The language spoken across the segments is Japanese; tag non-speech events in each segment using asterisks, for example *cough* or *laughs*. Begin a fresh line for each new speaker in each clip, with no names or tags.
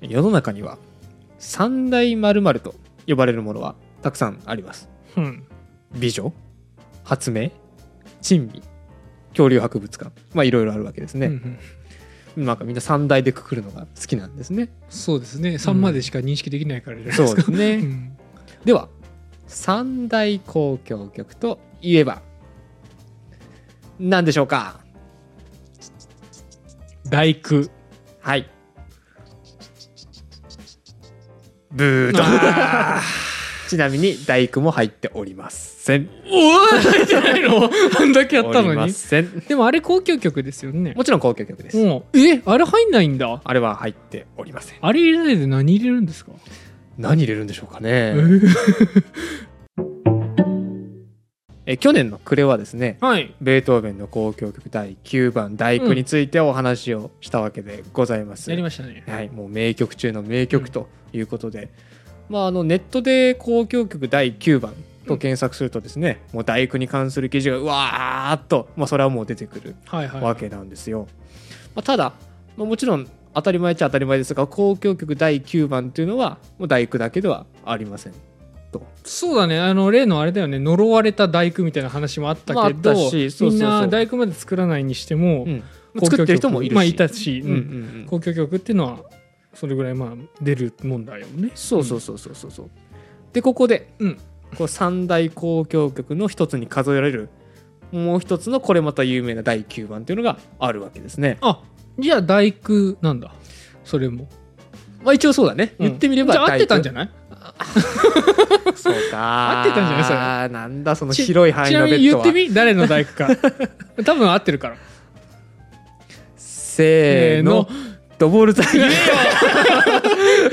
世の中には三大〇〇と呼ばれるものはたくさんあります
うん
美女発明珍味恐竜博物館まあいろいろあるわけです
うんう
ね、
ん
なんかみんな三大でくくるのが好きなんですね
そうですね3までしか認識できないからじゃない
そ
で
う
すか、
ですね、
うん
では三大交響曲といえば何でしょうか *laughs*
大工
はいブーと
あ
ちなみに大工も入っておりません
ーおー入ってないの *laughs* あんだけやった
おり
の
ま
に
せん
でもあれ公共曲ですよね
もちろん交響曲です、
もうえあれ入んないんだ
あれは入っておりません
あれ入れないで何入れるんですか、
何入れるんでしょうか
え
ね、
ー
え去年の暮れはですね
はい
ベートーベンの交響曲第9番「第9」についてお話をしたわけでございます、
やりましたね
はい、もう名曲中の名曲ということで、まあ、あのネットで交響曲第9番と検索するとですね、もう第9に関する記事がうわーっと、まあ、それはもう出てくる
はいはい、
わけなんですよ。まあ、ただ、まあ、もちろん当たり前っちゃ当たり前ですが交響曲第9番というのはもう第9だけではありません。
そうだねあの例のあれだよね呪われた大工みたいな話もあった
まああ
け
っ
ど、
たしそうそうそう
みんな大工まで作らないにしても、
うん作ってる人もいるし。
まあ、いたし、
う
うんん
うんうん
公共曲っていうのはそれぐらいまあ出るもんだよね
そうそうそうそうそうそう。でここで、
うん
こう三大交響曲の一つに数えられるもう一つのこれまた有名な第9番というのがあるわけですね。
あじゃあ大工なんだそれも
まあ一応そうだね。
うん
言ってみれば
じゃあ合ってたんじ
ゃ
ゃない
ん。そうか。
*laughs* 合ってたんじゃないそれ
あーなんだその広い範囲
ちな
の
み
ベ
に
ッド
言
は。
ってみ誰の大工か *laughs* 多分合ってるから
せーの。ドボルザイ
言えよ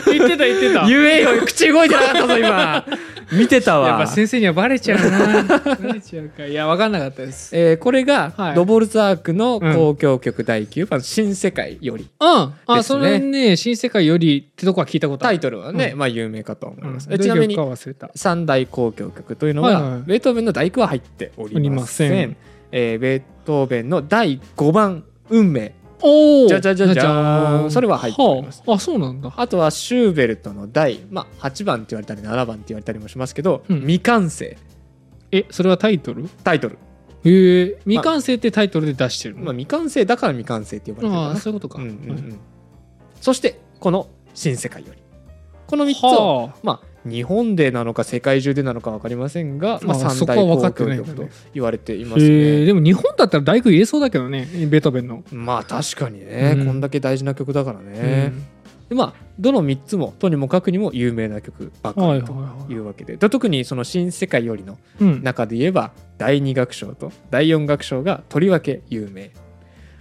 言ってた言ってた
言えよ口動いてなかったぞ今見てた
やっ
わ
ぱ、先生にはバレちゃうなバレちゃうかいや分かんなかったです
えーこれが、
はい
ドボルザークの交響曲第9番「新世界」より
うん
で
あ、
すね
それね「新世界より」ってとこは聞いたことあ
タ
る
イトルはね、
う
まあ有名かと思います、え
ち
ちな
な
み
み
に
にか忘れた
三大交響曲というのは、
はいはい
ベートーベンの第9は入っておりません
おりません
えーベートーベンの第5番「運命
おお
じゃじゃじゃじゃーんそれは入っております
あ、あそうなんだ」
あとはシューベルトの第、まあ、8番って言われたり7番って言われたりもしますけど「
うん
未完成
えそれはタイトル」
タイトル、
へえ未完成ってタイトルで出してる
まあ、
の、
未完成だから未完成って呼ばれてる
あ
か
あ
な
そういうことか、
うんうんうん、そしてこの「新世界より」この3つを、
はあ
まあ、日本でなのか世界中でなのか分かりませんが、まあ、
あ
三
そこ
大
は分か
交
ってな
響
いん
曲
だね
と言われています
へえ
ね。
でも日本だったら大工入れそうだけどねベートーベンの、
まあ確かにね、
うん
こんだけ大事な曲だからね、でまあどの3つもとにもかくにも有名な曲ば
うん、
か
はい
り
はい
と
はいいう
わけで,、で特にその「新世界より」の
うん
中で言えば第2楽章と第4楽章がとりわけ有名、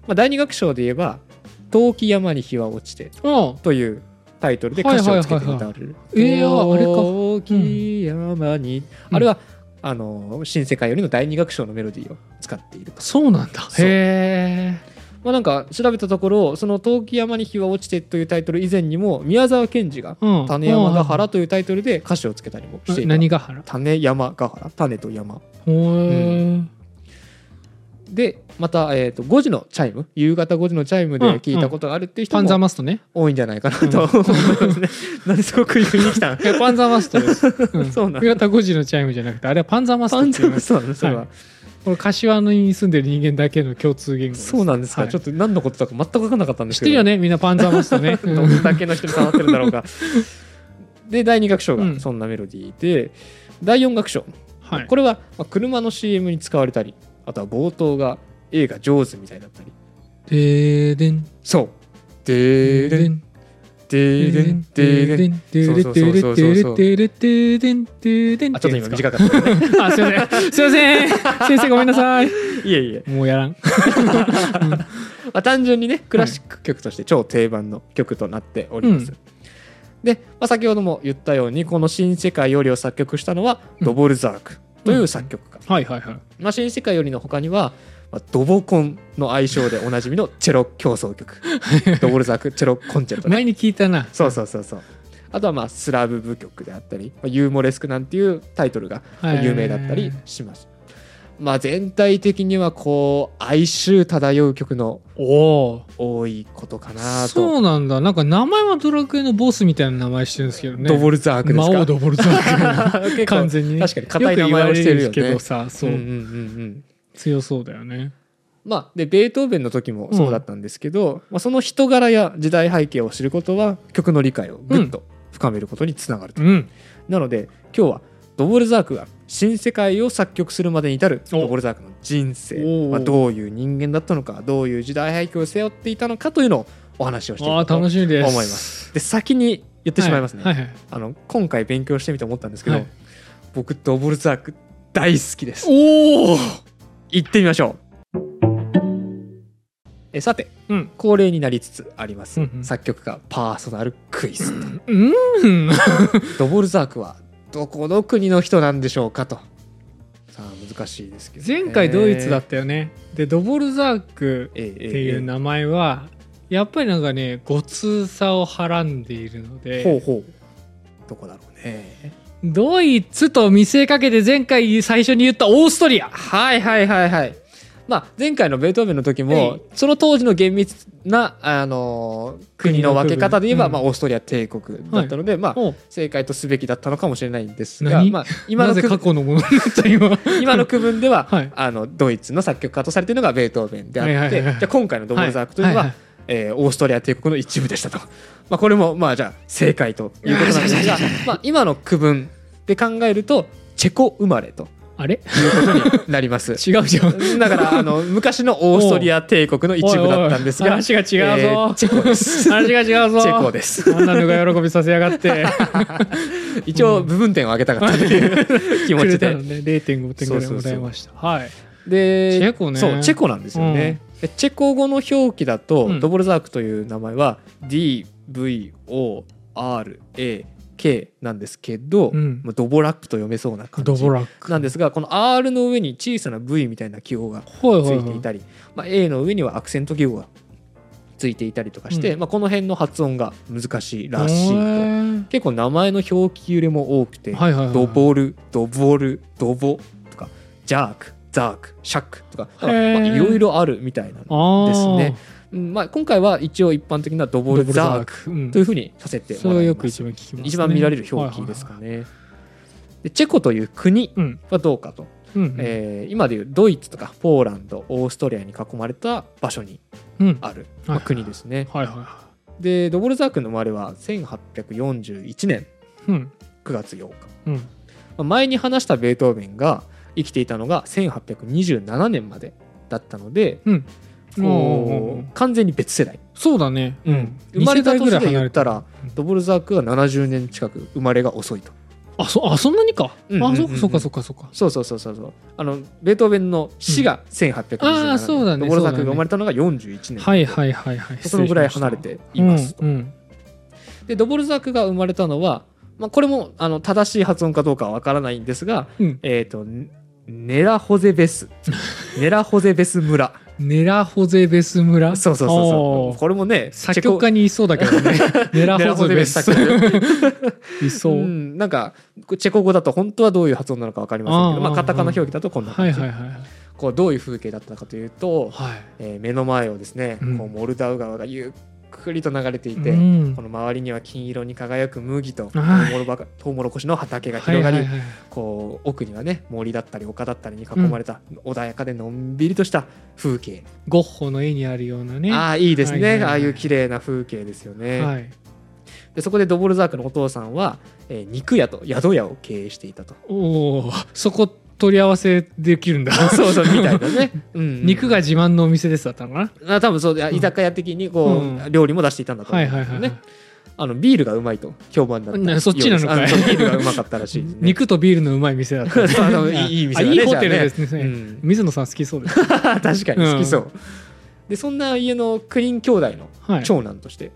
まあ、第2楽章で言えば「遠き山に日は落ちて」
ああ
というタイトルで歌詞をつけて歌われる。
はいはいはいはいえーあれか
大きい山に、
うん
あれはあの新世界よりの第二楽章のメロディーを使っていると。
そうなんだ
そう
へえ
まあなんか調べたところ、その遠き山に日は落ちてというタイトル以前にも宮沢賢治が
うん
種山ヶ原というタイトルで歌詞をつけたりもしてい
な
た。
何ヶ原
種山ヶ原、種と山。
へえ
で、また、えー、と5時のチャイム、夕方5時のチャイムで聞いたことがあるっていう人
パンザー
も
マストね
多いんじゃないかなと思いますね。なんでそこ食いに来たん
いやパンザーマストです、う
*laughs*
ん、
そうなんだ
夕方5時のチャイムじゃなくてあれはパンザーマスト
パ
って
ン
いう
ザーマストなのそれは
は。これ柏に住んでる人間だけの共通言語
そうなんですか、
はい
ちょっと何のことだか全く分かんなかったんで
知
す
っ
け
て
ど
るよねみんなパンザーマスト
*laughs*
ね、うん
どんだけの人に刺さってるんだ
*laughs*
ろうかで第2楽章
う
が
ん
そんなメロディーで、第4楽章、
はい、
これはまあ車の CM に使われたりあとは冒頭が映画「ジョーズ」みたいだったり
でーでん
そう「でーでんでーでんでーでん」あちょっと今短かった *laughs* ね
*laughs* あすいませんすいません先生ごめんなさい
いえいえ、
もうやら
ま
ん
あ、単純にねクラシック曲として超定番の曲となっております、
うん
で、まあ、先ほども言ったようにこの「新世界より」を作曲したのは
うん
ドボルザークという作曲家、
はいはいはい
まあ、新世界よりの他には、まあ、ドボコンの愛称でおなじみのチェロ協奏
*laughs*
曲ドボルザークチェロコンチェルトね
前に聞いたな
そうそうそうそうあとはまあスラブ舞曲であったり、まあユーモレスクなんていうタイトルが有名だったりします、まあ、全体的にはこう哀愁漂う曲の
お
多いことかなと。
お
そ
そうなんだなんか名前はドラクエのボスみたいな名前してるんですけどね
ドボルザークですか
魔王ドボルザー
*laughs* 結構
ク完全にね
確かに硬い名前を
よく言われ
してるよね
けどさそう、
うんうんうんうん
強そうだよね
まあ、でベートーベンの時もそうだったんですけど、まあ、その人柄や時代背景を知ることは曲の理解をぐっと深めることにつながると、
うん
なので今日はドボルザークが新世界を作曲するまでに至るドボルザークの人生、
お
まあ、どういう人間だったのかどういう時代背景を背負っていたのかというのをお話をしてい
あ
こう
あ
と
楽しみです
思いますで先に言ってしまいますね、
はいはいはい
あの今回勉強してみて思ったんですけど、
はい
僕ドボルザーク大好きです
おお
行ってみましょうえさて
うん
恒例になりつつあります、
うんうん
作曲家パーソナルクイズと、
うん
ドボルザークはどこの国の人なんでしょうかとさあ難しいですけど、ね、
前回ドイツだったよねでドボルザーク
ええ
っ
え
ていう
え
名前はやっぱりなんかねごつさをはらんでいるの
ええ
で
ほうほうどこだろうね
ドイツと見せかけて前回最初に言ったオーストリア
はいはいはいはいまあ前回のベートーベンの時
は
も
い
その当時の厳密な、あのー国の分け方で言えば、
国
ま
の
あ、
部
オーストリア帝国だったので、まあ正解とすべきだったのかもしれないんですが、
何
まあ、今
今
の
なぜ
区
過
分
去のものになっ
*laughs*
た今 *laughs*
今の区分では、
はい
あのドイツの作曲家とされているのがベートーベンであって、
はいはいはいはい
じゃあ今回の「ドボルザーク」というのは、
はいはい
えーオーストリア帝国の一部でしたと、まあ、これもまあじゃあ正解ということなんで
い
す
や
が
いやいやいやいや、
まあ、今の区分で考えるとチェコ生まれとい
あれ。
うことになります
*laughs* 違うじゃん
だからあの昔のオーストリア帝国 *laughs* の一部だったんですが
おいおい話が違うぞ、
えーチェコです。
話が違うぞ
チェコです
あんなのが喜びさせやがって
一応部分点を上げたかったと *laughs* いう気持
くれ
ち
た
で
のね0.5点ぐらい
そうそう
も
そう
らいましたはい
で
チェコね
そうチェコなんですよね、でチェコ語の表記だと、
うん
ドボルザークという名前は DVORAK なんですけど、
うん
まあドボラックと読めそうな感じ
ドボラック
なんですがこの R の上に小さな V みたいな記号が
ほい
つ
ほい
い
ほ
てい
い
たり、まあ、A の上にはアクセント記号がついていたりとかして、
うん
まあ、この辺の発音が難しいらしい
へ
と。
ー
結構名前の表記揺れも多くて、
はいはいはい
ドボルドボルドボとかジャークザークシャックとかまあ
へー
いろいろあるみたいなの
あー
ですねうんまあ、今回は一応一般的なドボルザーク
ク、うん
というふうにさせて
そ
も
れ
ら
はいよ
ま
く
す
一番聞きます、ね、
一番見られる表記ですか
は
ね、でチェコという国
いはいはいうん
はどうかと、
うんうん
えー今でいうドイツとかポーランドオーストリアに囲まれた場所に
うん
ある、まあ、
はいはい
国ですね、
はいはいは
でドボルザークの生まれは1841年
いうん
9月8日
うん
まあ前に話したベートーベンが生きていたのが1827年までだったので
うん
こう完全に別世代、
そうだね
生まれた
二世代
年
ぐらい
で
離
言
れ
った
てる
らドボルザークが70年近く生まれが遅いと
あそあそんなにか、
うんうんうんうん
あそうかそうかそうかそ
そ
うか
うそうそうそうそうあのベートーベンの死が1827年、
あーそうだ
ド
ね
ボルザーク
そ
が
うだね
生まれたのが41年、
はいはいはいはい
そのぐらい離れていますと、
うんうん
でドボルザークが生まれたのは、まあ、これもあの正しい発音かどうかはわからないんですが
うん、
えっ、とねネラホゼベ
*laughs*
スネラホゼベス村
ネラホゼベス村
そうそうそうそ
お
う。
ー
これもね、
作曲家にいそうだけど
*laughs*
ねネラ
ネラ
ホ
ホゼ
ゼベ
ベ
ス
ス作曲
いそう、
うんなんかチェコ語だと本当はどういう発音なのかわかりませんけど、
あー
まあカタカナ
あー
表記だとこんな
は
感
い
じ
はい。はいはい
こうどういう風景だったのかというと、
は
えー目の前をですね、
うん
こうモルダウ川がゆっくりと流れてい
い
て、
うん
この周りには金色に輝く麦とトウ
はい
モロバカトウモロコシの畑が広がり、
はいはいはい
こう奥にはね森だったり丘だったりに囲まれた、穏やかでのんびりとした風景。
ゴッホの絵にあるようなね
ああいいですね、
はいはいはい
ああいう綺麗な風景ですよね。
はい、
でそこでドボルザークのお父さんは、えー肉屋と宿屋を経営していたと
おおそこ取り合わせできるんだ
そうそうみたいな
*laughs*
ね、うんうん
肉が自慢のお店ですだったのかな、
あ多分そうあ
うん
居酒屋的にこう、
うん
料理も出していたんだと思
は
う
い
ん
は
で
い
す
は
よ
い、
ね、あのビールがうまいと評判だった
なそっちなのか
ようで
い
すあそうビールがうまかったらしいですね
肉とビールのうまい店だっ
*laughs*
た、
そうあのいいいい店だね
あいい
じ
ホ
ゃあ
テルですね
うん *laughs*
水野さん好きそうです、
確かに好きそう、でそんな家のクリン兄弟の
はい、
長男として、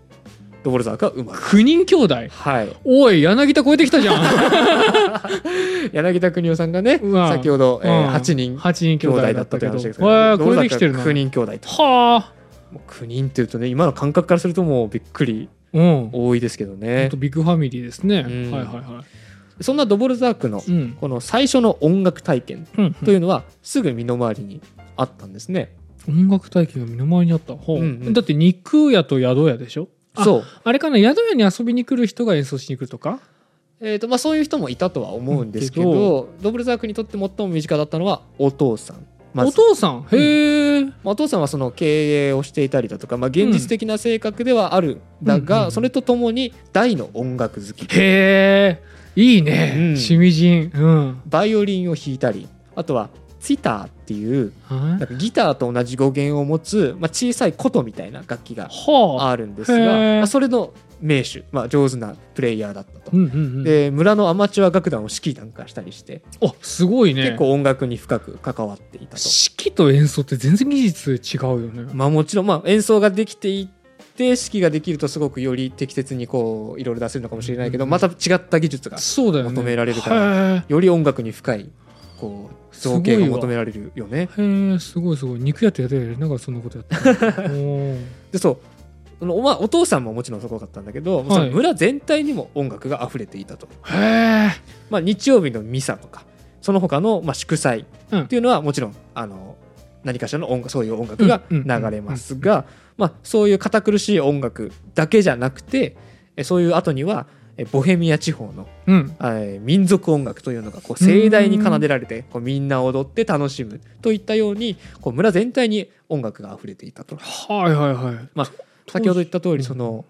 ドボルザークは生まれた
9人兄弟
はい
おい柳田超えてきたじゃん
柳田邦夫さんがね
うわ
先ほど、 *laughs* えー
うん
8人
8人
兄
兄
弟
弟
だ
だ
っ
っ
とい
たたけ
う
ど
話ですけど
わあ
ドボ
こ
ルザ
れ
ー
で
クは
きてるな
9人兄弟と
はあ
もう9人っていうとね今の感覚からするともうびっくり
うんほん
多いですけどね
とビッグファミリーですね、
うん
はいはいはい
そんなドボルザークの
うん
この最初の音楽体験
うん
というのはすぐ身の回りにあったんですね。
音楽体験が身の回りにあった、ほう
うんうん
だって肉屋と宿屋でしょあ
そう
あれかな宿屋に遊びに来る人が演奏しに来るとか
えーとまあ、そういう人もいたとは思うんですけ
うんけ
どドボルザークにとって最も身近だったのはお父さん。まず
お父さんへえ、
まあ、お父さんはその経営をしていたりだとか、まあ、現実的な性格ではあるんだ
うんう
が、
んうん
それとともに大の音楽好き
へえいいね、
うん
しみじんうん
バイオリンを弾いたりあとはツィターっていう
は
なんかギターと同じ語源を持つ、まあ、小さい琴みたいな楽器が
はあ
あるんです
へ
が、
ー
まあ、それの名手、まあ、上手なプレイヤーだったと。
うんうんうん
で村のアマチュア楽団を指揮なんかしたりして、
あすごいね
結構音楽に深く関わっていたと。
式と演奏って全然技術違うよね
まあもちろん、まあ、演奏ができていって指揮ができるとすごくより適切にこういろいろ出せるのかもしれないけど、
うん
また違った技術が
そうだよね
求められるから
へえ
より音楽に深いこう
すごい
造
わ
形が求められるよね。
へえすごいすごい肉屋と宿屋やりながらそんなことや
*laughs*
ったのおー
でそうそのお,、まあ、お父さんももちろんすごかったんだけど、
はい
その村全体にも音楽が溢れていたと、
へえ
まあ、日曜日のミサとかその他のまあ祝祭
うん
っていうのはもちろんあの何かしらの音楽そういう音楽が流れますが、まあ、そういう堅苦しい音楽だけじゃなくてえそういう後にはえボヘミア地方の
うん
えー民族音楽というのがこう盛大に奏でられてこうみんな踊って楽しむといったようにこう村全体に音楽が溢れていたと
はいはいはい
先ほど言った通
うん
りその、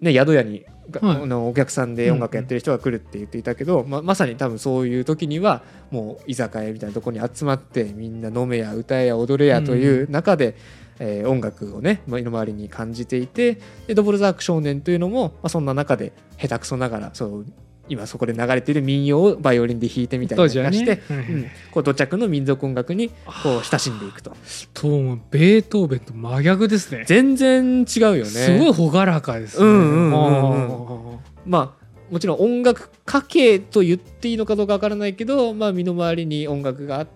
ね、宿屋にが、
はい
あのお客さんで音楽やってる人が来るって言っていたけど、ままさに多分そういう時にはもう居酒屋みたいなところに集まってみんな飲めや歌えや踊れやという中で、えー音楽をね身の回りに感じていてでドボルザーク少年というのも、まあ、そんな中で下手くそながらそう今そこで流れている民謡をバイオリンで弾いてみたり
当
なん
時は
かして、
ね、
うん、こう土着の民族音楽にこう親しんでいくと
ともベートーベンと真逆ですね
全然違うよね。
すごい朗らかですね
うんうんうんうん
あ
まあもちろん音楽家系と言っていいのかどうかわからないけど、まあ、身の回りに音楽があっ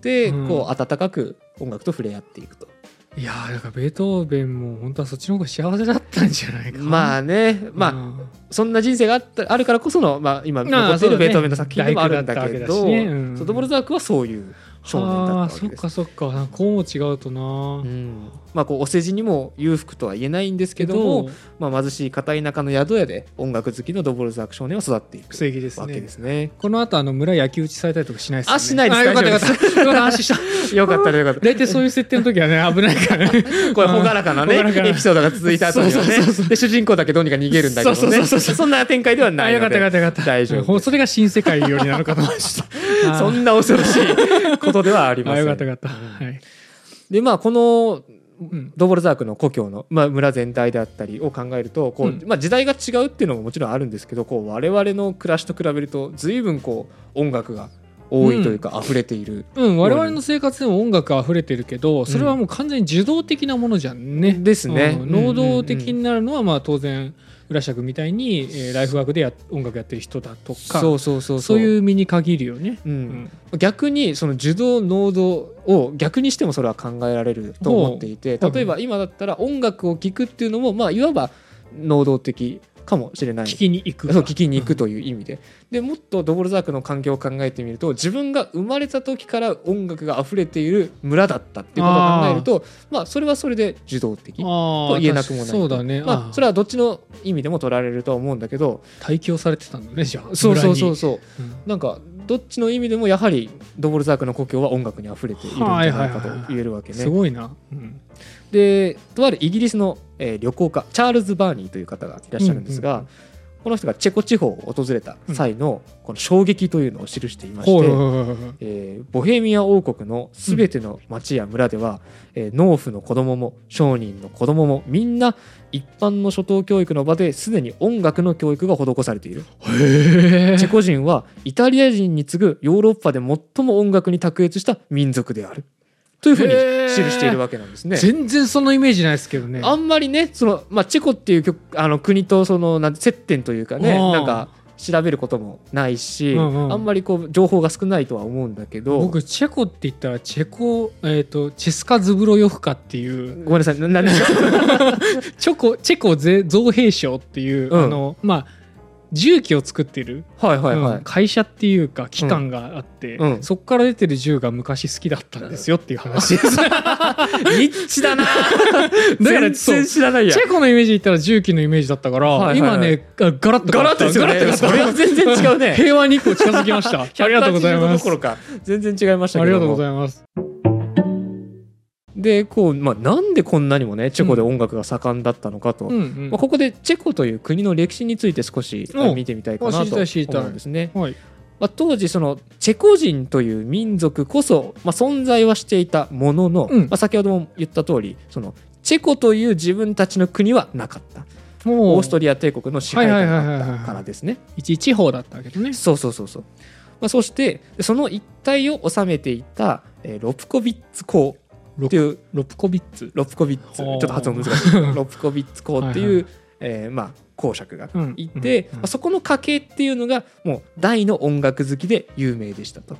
て、
うん
こう温かく音楽と触れ合っていくと
ーいやーだからベートーベンも本当はそっちの方が幸せだったんじゃないか
まあねまあ、
あ
そんな人生があったあるからこその、まあ、今
あ
残ってい
そ
る
うだね
ベートーベンの作品でもあるんだけ
大工だった
ど
わけだしねうん
そうドボルザークはそういう少年だ
あ
ったわけ
そっ
です。
かそっかなんかこうも違うとな、
うんまあ、こうお世辞にも裕福とは言えないんですけどもまあ、貧しい片田舎の宿屋で音楽好きのドボルザーク少年は育っていく
不正義です
わけ
ね
ですね。
この後あの村焼き討ちされたりとかしないですよね
あしないです
あよかったよか
大
ったよかった安心
*laughs*
した
よかったらよかった
大体そういう設定の時はね危ないからね
これ朗らかなね
うん朗らかな
エピソードが続いた後には
そうそうそう
ねで主人公だけどうにか逃げるんだけど
そうそう
ね
そうそ
そんな展開ではな
あ
い
よ
の
かったよか
で
ったよかった
大丈夫です
うんそれが新世界よりなのかと思いましたあ
*laughs*
ー
そんな恐ろしいことではありま
あ
せ
よかった
ん
よかった、はい、
でまあこの
うん
ドボルザークの故郷の、まあ、村全体であったりを考えるとこう、
うん
まあ、時代が違うっていうのももちろんあるんですけどこう我々の暮らしと比べると随分こう音楽が多いというか、溢れている
うん、我々の生活でも音楽あふれてるけどそれはもう完全に受動的なものじゃんね。
ですね
う
うんんうんうん
能動的になるのはまあ当然浦社君みたいに、えーライフワークでや音楽やってる人だとかそう
うそうそうう、
いう身に限るよね。
うん
うん
逆にその受動能動を逆にしてもそれは考えられると思っていて
ほう
例えば今だったら音楽を聴くっていうのもまあいわば能動的かもしれない
聞きに行く
そう聞きに行く
と、
という意味ででもっとドボルザークの環境を考えてみると自分が生まれた時から音楽が溢れている村だったっていうことを考えるとまあそれはそれで受動的
あ
と
あ
言えなくもない
そうだね、
まあそ
れ
れはどっちの意味でも取られるとは思うんだけど
待機をされてたんだねじゃあ
そうそうそう
村に
そう
うん
なんかどっちの意味でもやはりドボルザークの故郷は音楽にあふれているんじゃないかと言えるわけ
す
ね。
ごいな、うん
でとあるイギリスの、えー旅行家チャールズ・バーニーという方がいらっしゃるんですが、
うん
この人がチェコ地方を訪れた際のこの衝撃というのを記していまして、
ほうほうほうほう
えーボヘミア王国のすべての町や村では、えー農夫の子供も商人の子供もみんな一般の初等教育の場ですでに音楽の教育が施されている。
へえ
チェコ人はイタリア人に次ぐヨーロッパで最も音楽に卓越した民族であるというふうに記しているわけなんですね。
全然そのイメージないですけどね
あんまりねその、まあ、チェコっていう曲あの国とそのなんて接点というかね
うん
なんか調べることもないし、
うんうん
あんまりこう情報が少ないとは思うんだけど。
僕チェコって言ったらチェコ、えー、とチェスカ・ズブロヨフカっていう
ごめんなさい、ななんで
*laughs* チョコチェコぜ造兵省っていう、
うん
あのまあ重機を作ってる、
はいはいはい
うん。会社っていうか機関があって、
うん
そこから出てる銃が昔好きだったんですよっていう話 *laughs* だ
ニッチ
*laughs*
だな。
から
全
そう
然知らないや
チ。ェコのイメージで言ったら重機のイメージだったから、
はいはいはい
今ねあガラッと
ガラッとですよね
ガラッと
それは全然違うね
平和に一個近づきまし
*laughs*
たありがとうございま
180
す
どころか全然違いました
あ
けど
りが
も
とうございます
でこう、まあ、なんでこんなにもねチェコで音楽が盛んだったのかと、
うんうん
まあ、ここでチェコという国の歴史について少し
お
見てみたいかなと
あ知りたい知りたい
思うんですね。
はい
まあ、当時そのチェコ人という民族こそ、まあ、存在はしていたものの、
うん
まあ、先ほども言った通りそのチェコという自分たちの国はなかった
もう
オーストリア帝国の支配下だ
はいはいはいはい
った
はい
からですね。
一地方だったわけですね
そうそうそうそう、まあ、そしてその一帯を治めていた、えーロプコビッツ公っていう
ロプコビッツ
ロプコビッツちょ
ほ
っ
う
と発音難しい
*laughs*
ロプコビッツ公っていう
はい
えーまあ、公爵が
うん
いて、
うん
まあ、そこの家系っていうのがもう大の音楽好きで有名でしたと。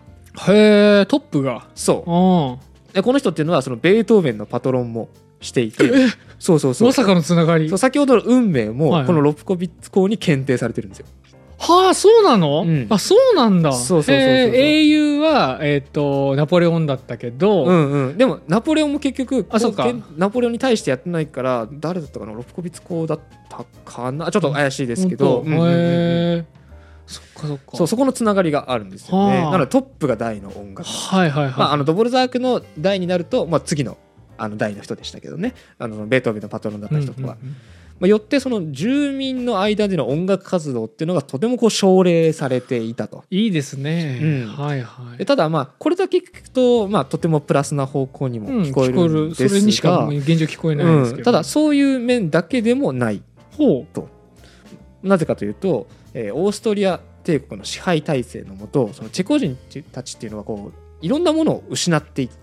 へえトップが
そう
あ
でこの人っていうのはそのベートーベンのパトロンもしていてそうそう
あ
そう
まさかのつながり
そう先ほどの運命
はい
も
はい
このロプコビッツ公に検定されてるんですよ。
はあそうなの、
うん
あそうなんだ
そうそうそうそう
へえ英雄は、えっとナポレオンだったけど、
うんうん、でもナポレオンも結局
あそうか
こうナポレオンに対してやってないから誰だったかなロプコビッツ公だったかなちょっと怪しいですけど、
本
うんうんう
当
んうん
へえそっかそっか
そうそこのつながりがあるんですよね。
はあ
なのでトップが大の音楽
はいはいはい、
まあ、あのドボルザークの代になると、まあ、次のあの代の人でしたけどねあのベートーベンのパトロンだった人とか、ま
うんうんうん
あ、よってその住民の間での音楽活動っていうのがとてもこう奨励されていたと。
いいですね、
うん
はいは
で
い
ただまあこれだけ聞くと、まあ、とてもプラスな方向にも
うん
聞こえるんです
そ
が、
れにしか現状聞こえないんですけ
う
ど、
んただそういう面だけでもない
ほ
なぜかというと、えーオーストリア帝国の支配体制のもとそのチェコ人たちっていうのはこういろんなものを失っていった、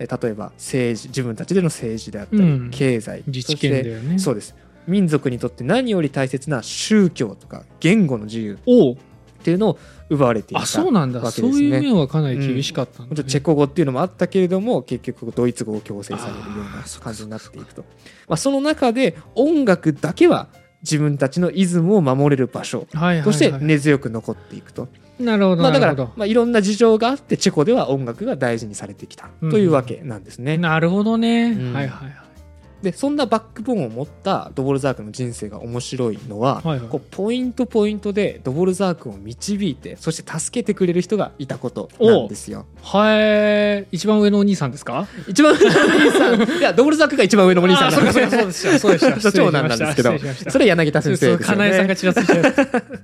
えー例えば政治自分たちでの政治であったり、
うん
経済
う自治権だ
そ
よね
してそうです民族にとって何より大切な宗教とか言語の自由
おう
っていうのを奪われていた
あそうなんだ、
わけ
そ
で
う
すね
いう面はかなり厳しかったん
もち
だ、ね
ろんチェコ語っていうのもあったけれども結局ドイツ語を強制されるよう
あ
な
ーそっ
感
か
じになっていくとまあ、その中で音楽だけは自分たちのイズムを守れる場所
はいはいはい
として根強く残っていくと、
なるほど
まあ、だ
な
か
る
ら
ほど、
まあ、いろんな事情があってチェコでは音楽が大事にされてきた
うん
というわけなんですね。
なるほどね、
うん
はいはいはい
でそんなバックボーンを持ったドボルザークの人生が面白いのは、
はいはい
こうポイントポイントでドボルザークを導いてそして助けてくれる人がいたことなんですよ。
はい一番上のお兄さんですか
一番上のお兄さ
*laughs*
んいやドボルザークが一番上のお兄さん
あそうかそうかそうでしたそうでした
そう *laughs* 長男なんですけど
失礼しました
それは柳田先生
そう
ですよ
かなえさん
ね
が。ちらついて
*laughs*
る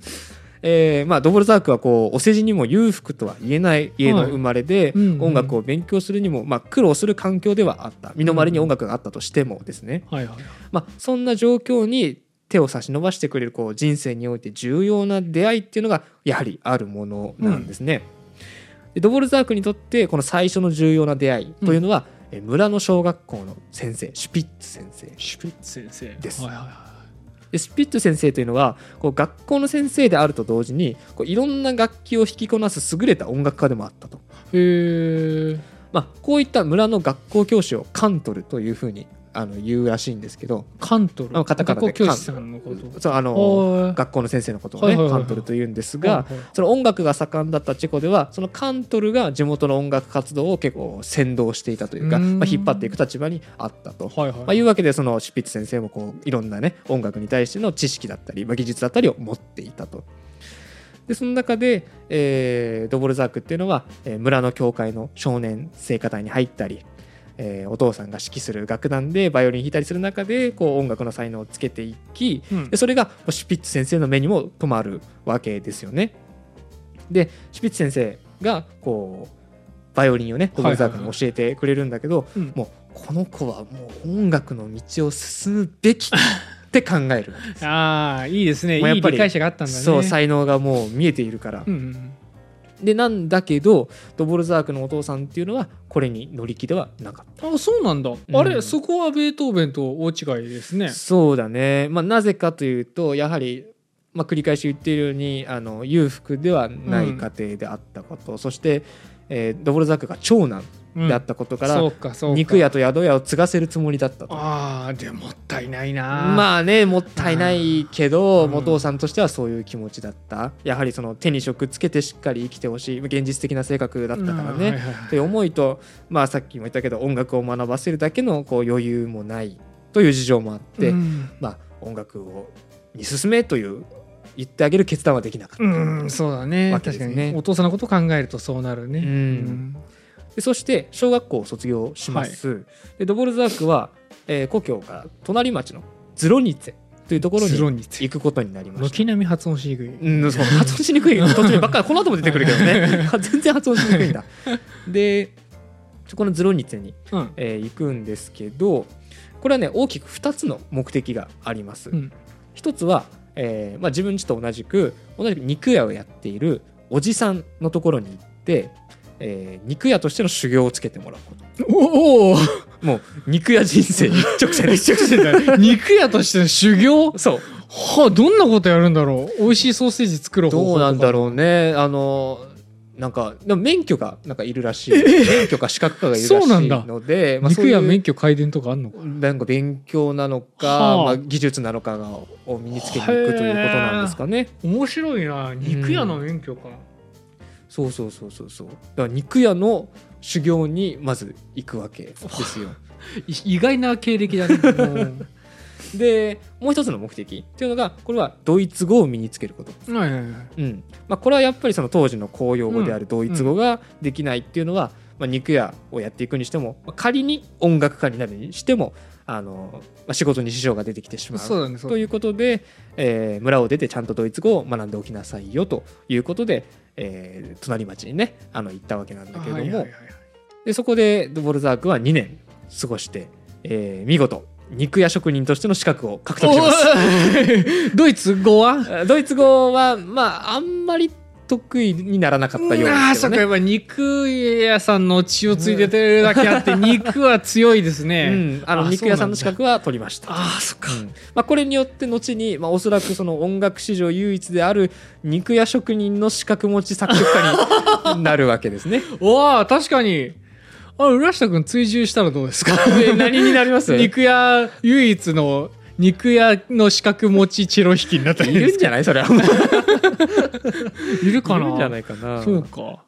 えーまあ、ドボルザークはこうお世辞にも裕福とは言えない家の生まれで、
うんうん
音楽を勉強するにも、まあ、苦労する環境ではあった身の回りに音楽があったとしてもですね、
はいはい
まあ、そんな状況に手を差し伸ばしてくれるこう人生において重要な出会いっていうのがやはりあるものなんですね。でドボルザークにとってこの最初の重要な出会いというのは、えー村の小学校の先生シュピッツ先生
シュピッツ先生
です
はいはいは
でスピッツ先生というのはこう学校の先生であると同時にこういろんな楽器を弾きこなす優れた音楽家でもあったと、
いへえ
まあ、こういった村の学校教師をカントルというふうにあの言うらしいんですけど
カントル
あのカタカナで
学校教師さんのこと
そうあの
お
学校の先生のことを
は
ね
いはいはい
カ
はい
ントルというんですがその音楽が盛んだったチェコではそのカントルが地元の音楽活動を結構先導していたというか、
うん
まあ、引っ張っていく立場にあったと。
はいはい
まあ、いうわけでそのシュピッツ先生もこういろんなね音楽に対しての知識だったり、まあ、技術だったりを持っていたと。でその中で、えードボルザークっていうのは、えー村の教会の少年聖歌隊に入ったり、えーお父さんが指揮する楽団でバイオリン弾いたりする中でこう音楽の才能をつけていき、
うん
でそれがシュピッツ先生の目にも留まるわけですよね。でシュピッツ先生がこうバイオリンをねドボルザークに教えてくれるんだけど、
うん
もうこの子はもう音楽の道を進むべきって考え
*laughs*
るわけです
ああいいですね
もうや
い
っ
い
ぱり
理解者があったんだね
そう才能がもう見えているから、
うんうんうん
でなんだけどドボルザークのお父さんっていうのはこれに乗り気ではなかっ
あそうなんだ、
ん
あれそこはベートーベンと大違いです
た
ね
そうだね、まあ、なぜかというとやはり、まあ、繰り返し言っているようにあの裕福ではない家庭であったこと、そして、えードボルザークが長男
うん
だったことから、
そうかそうか
肉屋と宿屋を継がせるつもりだったと。
ああでもったいないな
まあねもったいないけど、
うん
お父さんとしてはそういう気持ちだったやはりその手に職つけてしっかり生きてほしい現実的な性格だったからね、
うんはいはいはい
って思いと、まあ、さっきも言ったけど音楽を学ばせるだけのこう余裕もないという事情もあって、
うん
まあ、音楽をに進めという言ってあげる決断はできなかった、
うんそうだね
わけで
確
す
か
ね
にお父さんのことを考えるとそうなるね
うんでそして小学校を卒業します、でドボルザークは、えー故郷から隣町のズロニツェというところ
ズロ
に
につい
行くことになりました
軒並み発音しにくい
うん、 *laughs* そう発音しにくい途中ばっかりこの後も出てくるけどね *laughs* 全然発音しにくいんだでそこのズロニツェに、
うん
えー行くんですけどこれはね大きく2つの目的があります、
うん
一つは、えーまあ、自分ちと同じく同じく肉屋をやっているおじさんのところに行って、えー肉屋としての修行をつけてもらうこと
おお
もう肉屋人生一直線
一直線
*laughs*
だ *laughs* 肉屋としての修行
そう
はあどんなことやるんだろう美味しいソーセージ作る方法
どうなんだろ
う
うねあのなんかでも免許がなんかいるらしい免許か資格かがいるらし
そうなん
い
だ
のでまあそう
肉
いう
屋免許改伝とかあんのか
なんか勉強なのか、
はあ
まあ、技術なのかがを身につけに行くということなんですかね。
面白いな肉屋の免許か、
そうそうそうそうそう。だから肉屋の修行にまず行くわけです
*laughs*
よ。
い意外な経歴だねも
でもう一つの目的っていうのがこれはドイツ語を身につけること。
*laughs* うはいはいはい
うんまあ、これはやっぱりその当時の公用語であるドイツ語ができないっていうのは、まあ、肉屋をやっていくにしても、まあ仮に音楽家になるにしてもあの、まあ、仕事に支障が出てきてしまう。
そうだねそう
ということで、えー村を出てちゃんとドイツ語を学んでおきなさいよということで、えー隣町にねあの行ったわけなんだけども、
はいはいはいはい
でそこでドボルザークは2年過ごして、えー見事肉屋職人としての資格を獲得します。
お *laughs* ドイツ語は
あドイツ語はまああんまり得意にならなかったようで
ああ
す
そ
け
っ
ど
か
ね。
やっぱ肉屋さんの血を継いでてるだけあって肉は強いです
う
ね、
ん、あの
あ
肉屋さんの資
そうなん
格は取りました。
ああそっか、
うんまあ、これによって後に、まあ、おそらくその音楽史上唯一である肉屋職人の資格持ち作曲 *laughs* 家になるわけですね。
わあ確かにあ浦下君追従したらどうで
*laughs*
すか
で何になり *laughs* ますい
*laughs* 肉屋唯一の肉屋の資格持ちチロ引きになったり
るんじゃないそれは。い
いるかな
るんじゃないかな。
そうか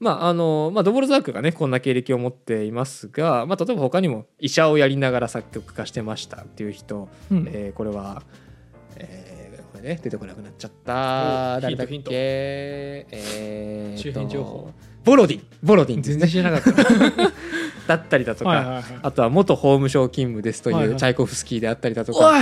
まああのまあ、ドボルザークがねこんな経歴を持っていますが、まあ、例えば他にも医者をやりながら作曲家してましたっていう人、
うん
えーこれは、えーこれね出てこなくなっちゃった
お
誰だっけ
ヒントヒント
えーっと
周辺情報
ボロディンボロディンです
全
ね
然知らなかった
だったりだとか、
*laughs* はいはいはい
あとは元法務省勤務ですという、
はいはい
チャイコフスキーであったりだとか
おい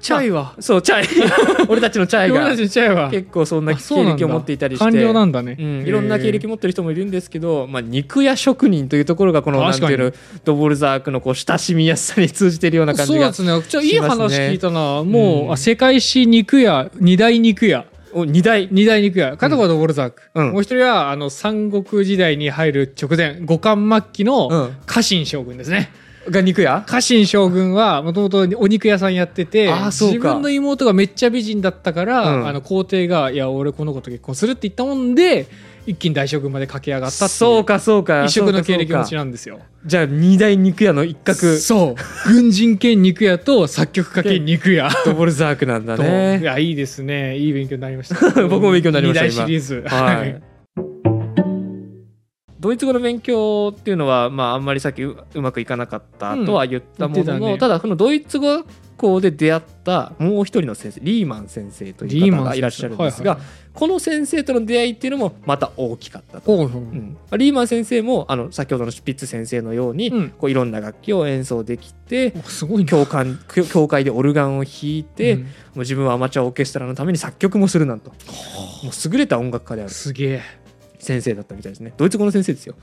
チャイは、
そうチャイ
*laughs*
俺たちのチャイ
俺
が
たちのチャイは
結構そんな
あそ
経
うなんだ
歴を持っていたりして
官僚なんだね、
うん、いろんな経歴
も
持ってる人もいるんですけど、まあ、肉屋職人というところがこのなん
確
て
か
い
に
うのドボルザークのこう親しみやすさに通じてるような感
そ
じ
う
が
ですねじゃあいい
しますね
話聞いたなもう、
うん
あ世界史肉屋二大肉屋
お二大
二大肉屋片方はドボルザーク、
うん
もう一人はあの三国時代に入る直前五冠末期の、
うん
家臣将軍ですね
が肉屋
家臣将軍はもともとお肉屋さんやってて
あーそうか
自分の妹がめっちゃ美人だったから、
うん
あの皇帝が「いや俺この子と結婚する」って言ったもんで一気に大将軍まで駆け上がったっていう
そうかそうか
異色の経歴持ち
そうかそうか
なんですよ。
じゃあ二大肉屋の一角 *laughs*
そう軍人兼肉屋と作曲家兼肉屋。
ドボルザークなんだ
とい
ね
やいいですねいい勉強になりました
*laughs* 僕も勉強になりました
二大シリーズ
はいドイツ語の勉強っていうのは、まあ、あんまりさっきううまくいかなかったとは言ったものの、
うん言ってたね
ただこのドイツ語学校で出会ったもう一人の先生リーマン先生という方がいらっしゃるんですが、
はいはい
この先生との出会いっていうのもまた大きかったと。う
おう
んまあリーマン先生もあの先ほどのシュピッツ先生のように、
うん
こういろんな楽器を演奏できて
おすごいな
教官教教会でオルガンを弾いて、
う
も
ん
う自分はアマチュアオーケストラのために作曲もするなんともう優れた音楽家である
すげえ
先生だったみたいですねドイツ語の先生ですよ。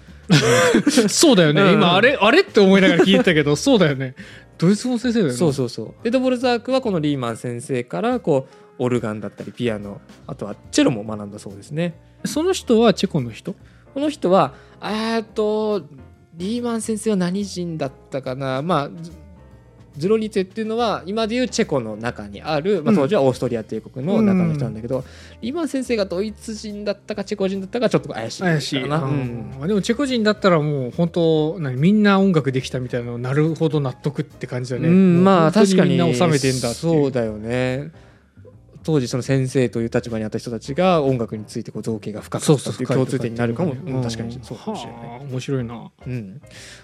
そうだよね、
うん
今あれあれって思いながら聞いてたけどそうだよねドイツ語の先生だよね
そうそうそうでドボルザークはこのリーマン先生からこうオルガンだったりピアノあとはチェロも学んだそうですね
その人はチェコの人
この人はえーっとリーマン先生は何人だったかなまあずズロニツェっていうのは今でいうチェコの中にある、まあ、
うん
当時はオーストリア帝国の中の人なんだけど、今先生がドイツ人だったかチェコ人だったかちょっと怪しい
怪しい、
かな、う
うんん、でもチェコ人だったらもう本当何みんな音楽できたみたいなのなるほど納得って感じだね、
うん、ま
も
あ
う本当
確かに
みんな収めてんだってい
そう
う
だよね当時その先生という立場にあった人たちが音楽についてこう造形が深か
そう
っ
そ
た
う
という共通点になるかも、
深いと
うん
こだね
確かにそうかもしれない、
はあ面白いな
うん、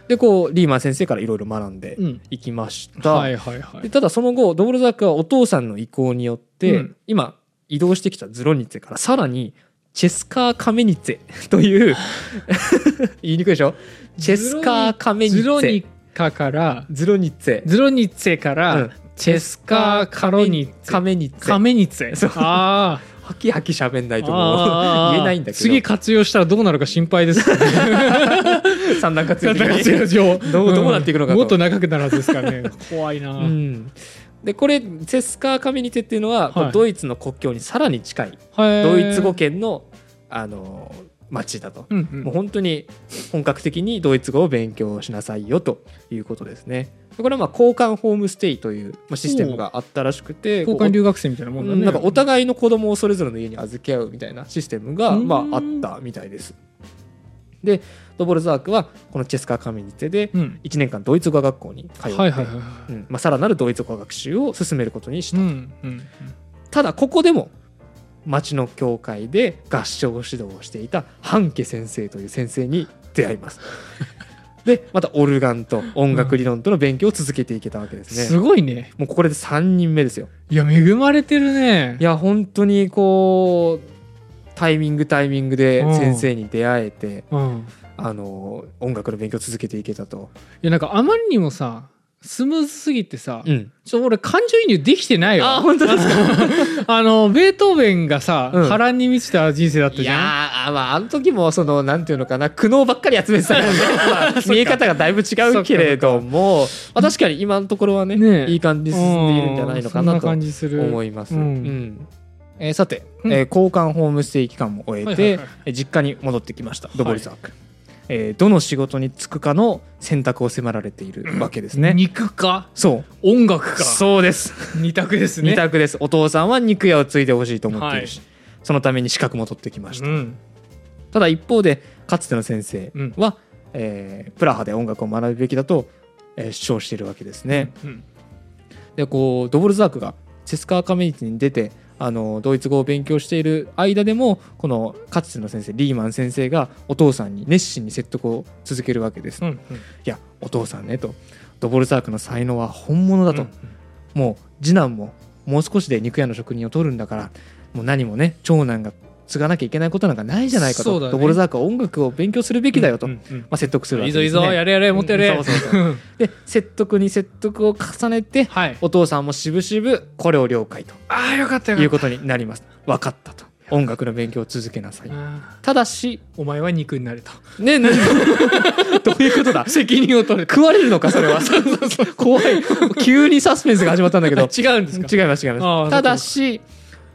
でこうリーマン先生からいろいろ学んで
うん
いきました、
はいはいは
で
い
ただその後ドボルザークはお父さんの意向によって、
うん
今移動してきたズロニツェからさらにチェスカー・カメニツェ *laughs* と
*laughs*
いう言いにくいでしょチェスカー・カメニツ
ズロ
ェ
ニカから
ズロニツェ
ズロニッツェか
う
ら
ん
チェスカーカロニッツ
カ
ェ
メニツェ
カメニッツェ
そう
あー
はきはき喋んないともう
あー
言えないんだけど
次活用したらどうなるか心配ですね
*laughs* 三段活用的
活用
に
*laughs* 上
どうどうなっていくのかと
もっと長くなるはずですからね怖いな、
うんでこれチェスカー・カメニツェっていうのは、
はい
ドイツの国境にさらに近い
はい
ドイツ語圏のあの町だと、
うんうん
もう本当に本格的にドイツ語を勉強しなさいよということですね。これはまあ交換ホームステイというまあシステムがあったらしくて
交換留学生みたいなも
こ
ん
う
だ
う
ね
んなんかお互いの子供をそれぞれの家に預け合うみたいなシステムが
うん
まああったみたいです。でドボルザークはこのチェスカーカミニテで
うん
1年間ドイツ語学校に通って、
はいはいはいは
うんまあ、さらなるドイツ語学習を進めることにし
い
た
う。んうん
ただここでも町の教会で合唱指導をしていた半家先生という先生に出会います。でまたオルガンと音楽理論との勉強を続けていけたわけです
す
ね。
ごいね
もうこれで3人目ですよ。
いや恵まれてるね
いや本当にこうタイミングタイミングで先生に出会えて、
うん
あの音楽の勉強を続けていけたと。
いやなんかあまりにもさスムーズすぎてさ、
うん、
ちょ俺感情移入できてないわ
あ本当ですか
あのベートーベンがさ、
うん
波乱に満ちた人生だった
い
じ
やー
ゃん
あまああの時もそのなんていうのかな苦悩ばっかり集めてた *laughs* からね、まあ見え方がだいぶ違うけれども、まあ、確かに今のところはね
ねえ
いい感じに進んでいるんじゃないのかな
うんそん
と
感じする
思います。
うん
うんえーさて、
うん
えー交換ホームステイ期間も終えて、
はいはいは
えー実家に戻ってきましたドボルザーク、えーどの仕事に就くかの選択を迫られているわけですね。
肉か
そう
音楽か
そうです
二択ですね
二択ですお父さんは肉屋を継いでほしいと思っているし、そのために資格も取ってきました
う。ん
ただ一方でかつての先生
うん
は、えープラハで音楽を学ぶべきだと、えー主張しているわけですね。
うん
でこうドボルザークがチェスカー・カメニティに出てあのドイツ語を勉強している間でもこのかつての先生リーマン先生がお父さんに熱心に説得を続けるわけです。
う
い
ん
やお父さんねとドボルザークの才能は本物だと、もう次男ももう少しで肉屋の職人を取るんだからもう何もね長男が継がなきゃいけないことなんかないじゃないか
そ
と、
うだね
ドボルザークは音楽を勉強するべきだよと、
うん
ま
うんうん
あ、説得するわけ
いいぞい
で
い
す、ね、
ぞやれやれ持ってやれ、
うんそうそうそで説得に説得を重ねて
はい
お父さんもしぶしぶこれを了解と
ああよかったよ
いう
かっ
ことになります分かったと音楽の勉強を続けなさい
たあ
ただし
ーお前は肉になれと
ねね *laughs* どういうこと *laughs* だ
責任を取れと
食われるのかそれは怖い急にサスペンスが始まったんだけど
違うんですか
違います違いま
あ
す
ー
ただし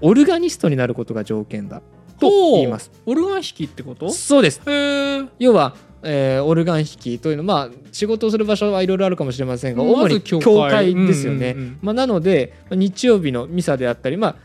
オルガニストになることが条件だと
ほう
言います
オルガン弾きってこと
そうです
へー
要は、えーオルガン弾きというのは、まあ、仕事をする場所はいろいろあるかもしれませんが主
ま
に
ず
教
教会
会ですよね、
うんうんうん
まあ、なのでまあ日曜日のミサであったり、まあ、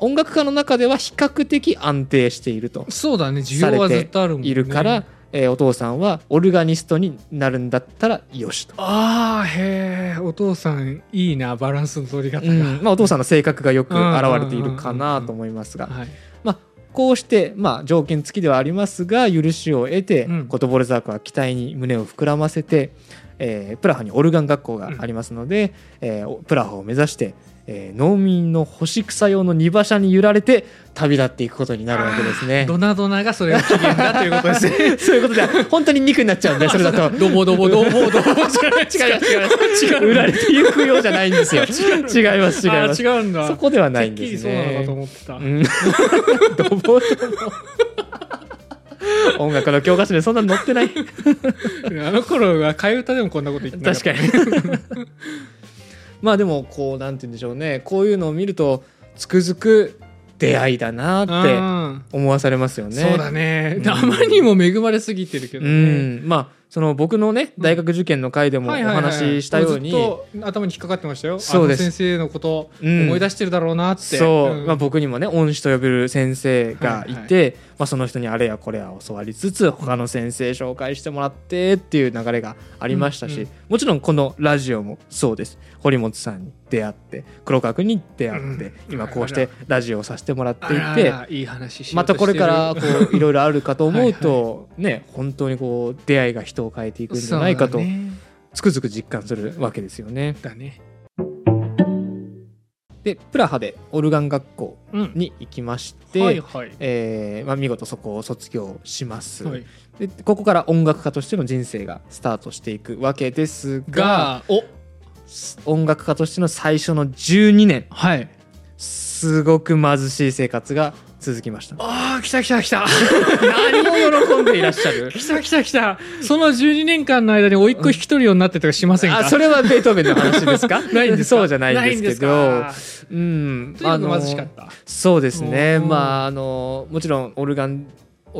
音楽家の中では比較的安定していると
そうだね需要は絶対あるもんね
いるから、えーお父さんはオルガニストになるんだったらよしと、
ああへえお父さんいいなバランスの取り方が、
うんまあ、お父さんの性格がよく表れているかなと思いますが
はい、
まあ、こうして、まあ、条件付きではありますが許しを得て、
うん
コトボルザークは期待に胸を膨らませて、えープラハにオルガン学校がありますので、えープラハを目指して、えー農民の干し草用の荷馬車に揺られて旅立っていくことになるわけですね。
ドナドナがそれが起源だということです
*laughs*
ね
そういうことで本当に肉になっちゃうんでそれだと。
どぼどぼどぼどぼ違う違う違う
売られていくようじゃないんですよ。違います違い
あ
ます。
ー違うんだ
そこではないん
てっき
で
り
す
そうなのかと
ね。
思ってた、
うんドボドボ音楽の教科書でそんなの載ってない。
あの頃は替え歌でもこんなこと言ってなか
確
っ
か
た
にまあでもこうなんて言うんでしょうねこういうのを見るとつくづく出会いだなって
あー
思わされますよね。
そうだね、
うん
あまりにも恵まれすぎてるけど
う
ね、
んまあその僕のね大学受験の回でもお
はいはいはい
話ししたように、
ずっと頭に引っかかってましたよ
そうです
あの先生のこと
うん
思い出してるだろうなって、
そう、
ん
まあ、僕にもね恩師と呼べる先生がいて、まあ、その人にあれやこれや教わりつつ他の先生紹介してもらってっていう流れがありましたし、
うんうん
もちろんこのラジオもそうです堀本さんに出会って黒川君に出会って、
うん
今こうしてラジオをさせてもらっていて。
あらいい話しよ
ま
うと
た
して
こ
る
れからこういろいろあるかと思うとね本当にこう出会いが人を変えていくんじゃないかと
そうだね
つくづく実感するわけですよね。
だね
でプラハでオルガン学校
うん
に行きまして、
はいはい
えーまあ、見事そこを卒業します、
はい
でここから音楽家としての人生がスタートしていくわけですが
がお
音楽家としての最初の12年
はい
すごく貧しい生活が続きました
ああ来た来た来た
何を喜んでいらっしゃる
来た来た来たその12年間の間に甥っ子引き取るようになってとかしませんか、
あそれはベートーベンの話ですか
*laughs* ないんですか
*laughs* そうじゃないんですけど
ないんです
うん
かとにか
あの
く貧しかった
そうですね、
うん
まあ、あのもちろんオルガン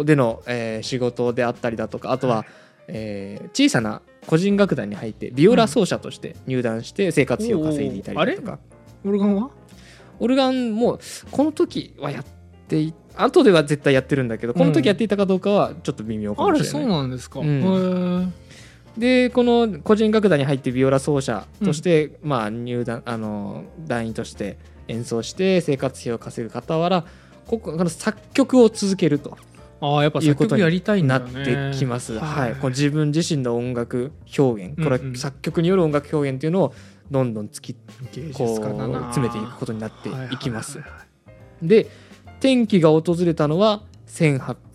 での、えー仕事であったりだとかあとは、えー小さな個人楽団に入ってビオラ奏者として入団して生活費を稼いでいたりだとか、
オルガンは
オルガンもこの時はやってい後では絶対やってるんだけどこの時やっていたかどうかはちょっと微妙か
あ
も
れ
しれ
そ、
ないう
なんですか、
うん
へえ
でこの個人楽団に入ってビオラ奏者として、まあ入団あの団員として演奏して生活費を稼ぐ傍らこここの作曲を続けると
ああやっぱ
いう
作
こと
曲
に
やりたいん
な
だ
っ
ね
てきます、はいこの
こ
自分自身の音楽表現これは
うんうん
作曲による音楽表現というのをどんどん突き
芸術
こう
家だな
詰めていくことになっていきます、
はいはいはいはい
で転機が訪れたのは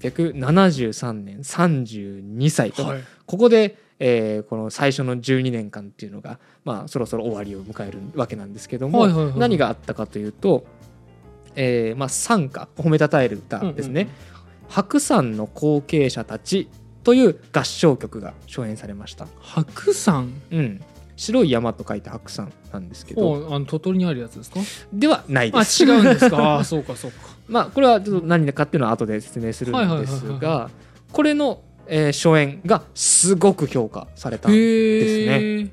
1873年32歳と、
はい
ここで、えーこの最初の12年間っていうのが、まあ、そろそろ終わりを迎えるわけなんですけども、
はいはいはい
何があったかというと、えーまあ、賛歌褒めたたえる歌ですね、
うん
白山の後継者たちという合唱曲が初演されました、
白山
うん、白い山と書いて白山なんですけど
おあの鳥取にあるやつですか
ではない
あ
です
違うんですかああそうかそうか
*laughs* まあこれはちょっと何かっていうのは後で説明するんです
はいはいはい
がこれの、えー初演がすごく評価された
へえ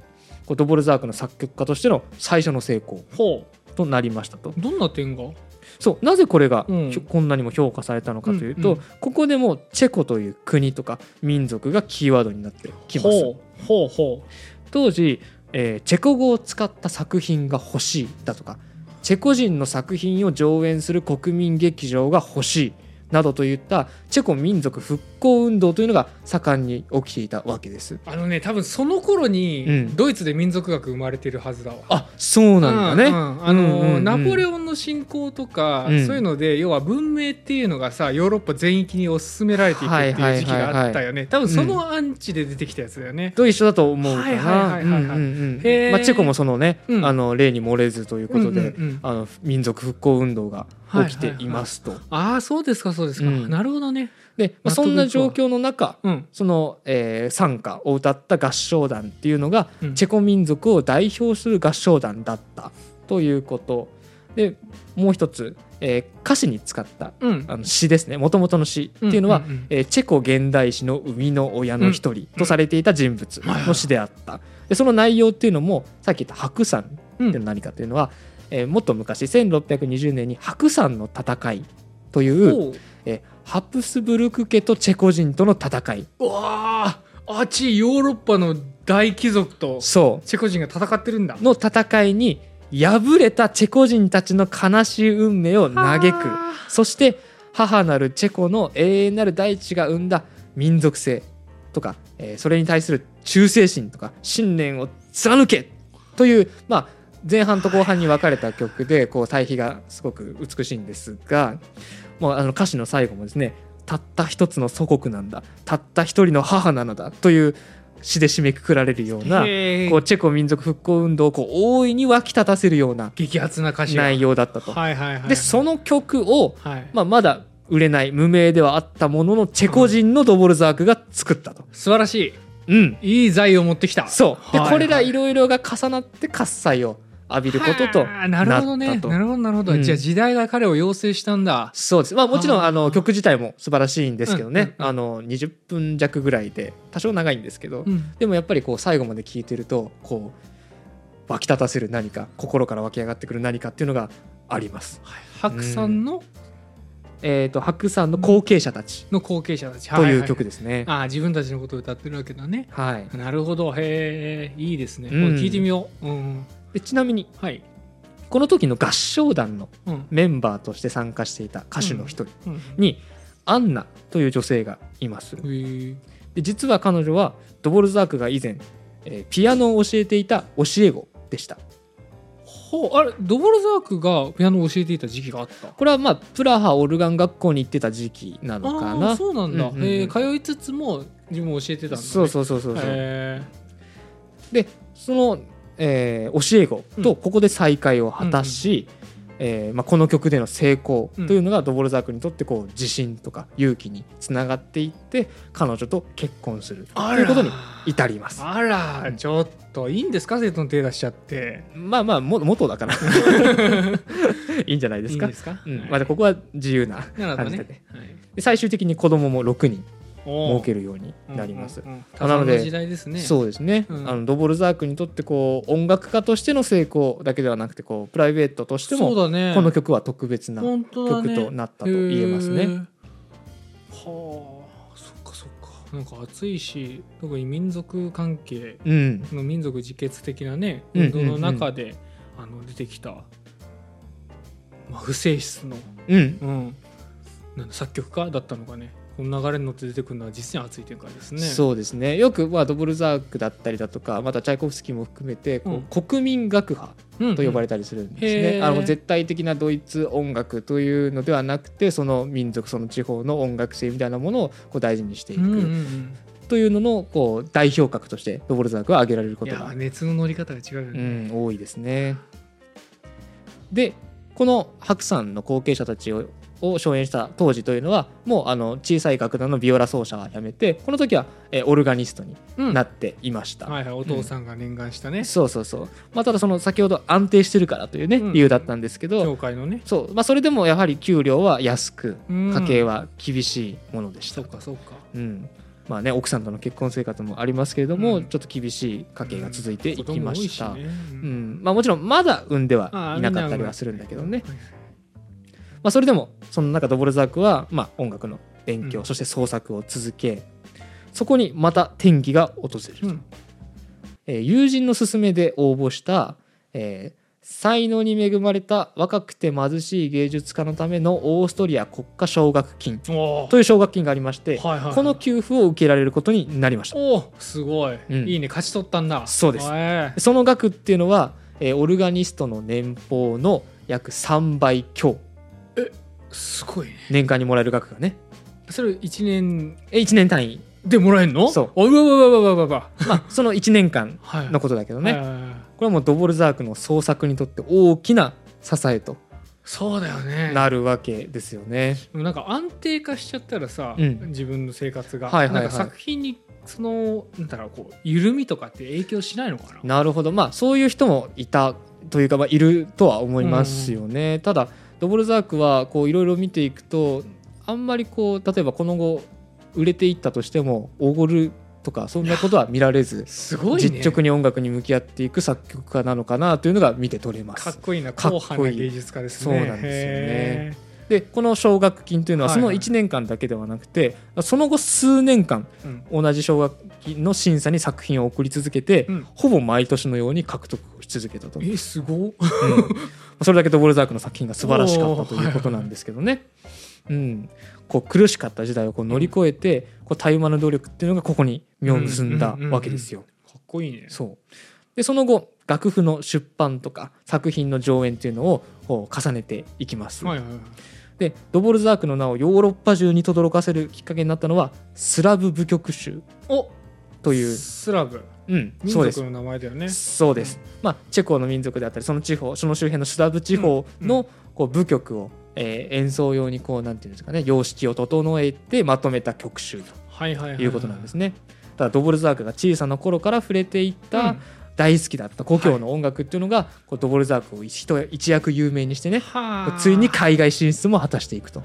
こうドボルザークの作曲家としての最初の成功
ほ
となりましたと
うどんな点が
そうなぜこれが、
うん
ひょこんなにも評価されたのかというと、
うんうん
ここでもうチェコという国とか民族がキーワードになってきます
ほうほうほ
当時、えーチェコ語を使った作品が欲しいだとかチェコ人の作品を上演する国民劇場が欲しいなどといったチェコ民族復興運動というのが盛んに起きていたわけです
うあのね多分その頃
う
に
ん
ドイツで民族学生まれてるはずだわ
あそうなんだね、
ううんあの
うんうんうん
ナポレオンの侵攻とか、
うん
そういうので要は文明っていうのがさヨーロッパ全域に推し進められていくっていう時期があったよね、多分そのアンチで出てきたやつだよね、
と一緒だと思うか
はいは
な。う
いはい
んう
はい
ん
はい
うん
へー
まあチェコもそのね、
うん
あの例に漏れずということで、
うんうんうん
あの民族復興運動が起きていますと。
ああそうですかそうですか、
うん
なるほどね
で、まあ、
納得
そんない
くわ
状況の中、
うん
その、えー賛歌を歌った合唱団っていうのが、
うん
チェコ民族を代表する合唱団だったということでもう一つ、えー歌詞に使った
うん
あの詩ですねもともとの詩っていうのは、
うんうんうん
えーチェコ現代史の生みの親の一人とされていた人物の詩であった、でその内容っていうのもさっき言った白山っていうのは何かっていうのは、えーもっと昔1620年に白山の戦いという、
おう
えーハプスブルク家とチェコ人との戦いう
わああっちヨーロッパの大貴族と
そ
チェコ人が戦ってるんだ
うの戦いに敗れたチェコ人たちの悲しい運命を嘆く
あ
そして母なるチェコの永遠なる大地が生んだ民族性とか、えーそれに対する忠誠心とか信念を貫けという、まあ、前半と後半に分かれた曲でこう対比がすごく美しいんですがもうあの歌詞の最後もですね「たった一つの祖国なんだたった一人の母なのだ」という詩で締めくくられるような
へー
こうチェコ民族復興運動をこう大いに沸き立たせるような
激アツな歌詞が
内容だったと。
はいはいはい
でその曲を
はい
まあ、まだ売れない無名ではあったもののチェコ人のドボルザークが作ったと。
素晴らし
うん、
いいい財を持ってきた
そうで
はい
これら
はい
いろいろが重なって喝采を浴びることと
はあなるほど
なっ
ね
たと
なるほどなるほど、
うん
じゃあ時代が彼を養成したんだ
そうですまあもちろんあの曲自体も素晴らしいんですけどね、
うんうんうん
あの20分弱ぐらいで多少長いんですけど、
うん
でもやっぱりこう最後まで聴いてるとこう湧き立たせる何か心から湧き上がってくる何かっていうのがあります。
白さんの,、
えー、と白さんの後継者たち
の後継者たち
という曲
で、
ですね。
ああ自分たちのことを歌ってるわけだね
はい、
なるほどへえいいですね、
うん
これ聞いてみよう、うん、
でちなみに
はい、
この時の合唱団の
うん
メンバーとして参加していた歌手の一人
うん、
に、アンナという女性がいます。
へえ
で実は彼女はドボルザークが以前、えーピアノを教えていた教え子でした。
ほうあれドボルザークがピアノを教えていた時期があった
これはまあプラハオルガン学校に行ってた時期なのか
あ
な。
ーそうなんだ、
うんうんうん
へえ通いつつも自分を教えてたんだ、ね、
そう
う
そうそうそうそう。
へ
でその、えー教え子
う
と
ん
ここで再会を果たし、えーまあ、この曲での成功というのがドボルザークにとってこう自信とか勇気につながっていって彼女と結婚すると
あら
いうことに至ります。
あらちょっといいんですか生徒の手出しちゃって
まあまあも元だから
*laughs*
いいんじゃないですか
いいんですか、
う
は
ん
い
まだここは自由な
なるほ
感
ど
じで,、
ね、はい、
で最終的に子供も6人
お
設けるようになります。
な
な
の
の
で
で
時代ですねう
そうですね、
うん
あのドボルザークにとってこう音楽家としての成功だけではなくてこうプライベートとしても
そうだね
この曲は特別な
本当だ、
曲
ね、
となったと言えます
へ
ね。
ーはあそっかそっかなんか熱いし特に民族関係
うん、
の民族自決的なね
うん
運動の中で、あの出てきた、まあ、不正室の、
うん、
うん、なんだ作曲家だったのがねこの流れに乗って出てくるのは実に熱い展開ですね。
そうですねよくまあドボルザークだったりだとかまたチャイコフスキーも含めてこう、
うん
国民学派
うん
と呼ばれたりするんです
うん
ね、
へー
あの絶対的なドイツ音楽というのではなくてその民族その地方の音楽性みたいなものをこう大事にしてい
うんうんう
く
ん
というののこう代表格としてドボルザークは挙げられるこ
い
と
や
が
熱の乗り方が違うよ
う
ね。
ん、多いですね。でこの白さんの後継者たちをを初演した当時というのはもうあの小さい楽団のビオラ奏者は辞めてこの時はえーオルガニストに
うん
なっていました。
はいはい、お父さんが念願したね、
そうそうそう、まあ、ただその先ほど安定してるからというね、
うん
理由だったんですけど、
教会のね。
そうまあ、それでもやはり給料は安く
うん
家計は厳しいものでした、
そう
うん
かそうか。
まあね、奥さんとの結婚生活もありますけれども、
うん
ちょっと厳しい家計が続いていきました、
うん子供多いしねうん
うんまあ、もちろんまだ産んで
あ
は
あ
いなかったりはするんだけどね、
みんな
まあ、それでもその中ドボルザークは、まあ、音楽の勉強、
うん
そして創作を続けそこにまた転機が訪れると、
うん
えー友人の勧めで応募した、えー才能に恵まれた若くて貧しい芸術家のためのオーストリア国家奨学金
おー
という奨学金がありまして、
はいはいはい
この給付を受けられることになりました
おーすごい、
うん
いいね勝ち取ったんだ
そうです
へ
その額っていうのは、えーオルガニストの年俸の約3倍強
ーすごいね
年間にもらえる額がね
それ1年
え1年単位、
でもらえるの
そう
あうわうわうわうわうわうわ *laughs*
まあ、その1年間
はい
のことだけど
は
ね
いはいはい
これはもうドボルザークの創作にとって大きな支えと
そうだよね
なるわけですよね。
でもなんか安定化しちゃったらさ、
うん
自分の生活が、
はいはいはい
なんか作品にそのなんだろうこう緩みとかって影響しないのかな
なるほどまあそういう人もいたというか、まあ、いるとは思いますよね。ただドボルザークはこういろいろ見ていくとあんまりこう例えばこの後売れていったとしてもおごるとかそんなことは見られず。
すごいね
実直に音楽に向き合っていく作曲家なのかなというのが見て取れま
か
す
っ。こいいな
かっ
硬
こいい
派な芸術家ですね
そうなんですよね
へ
でこの奨学金というのは
はい
そ
はい
の1年間だけではなくて、その後数年間
ーうん
同じ奨学金の審査に作品を送り続けて、
うん
ほぼ毎年のように獲得をし続けたと、
えすごっ
うんそれだけドボルザークの作品が素晴らしかったということなんですけどね、うん、こう苦しかった時代をこう乗り越えて、こうたゆまぬ努力っていうのがここに実を結んだわけですよ。
かっこいいね
そうでその後楽譜の出版とか作品の上演っていうのをこう重ねていきます。
はいはいはい
でドボルザークの名をヨーロッパ中に轟かせるきっかけになったのはスラブ舞曲集
お
という、
スラブ
うん、
民
そうで
族
す
の名前だよね
そうです、まあ、チェコの民族であったりその地方その周辺のスラブ地方
うん
のこう舞曲を、えー演奏用にこうなんていうんですかね様式を整えてまとめた曲集と
はいはいはい
いうことなんです
ね
ね。ただドボルザークが小さな頃から触れていた、大好きだった故郷の音楽っていうのが、こうドボルザークを一一躍有名にしてね
はあ
ついに海外進出も果たしていくと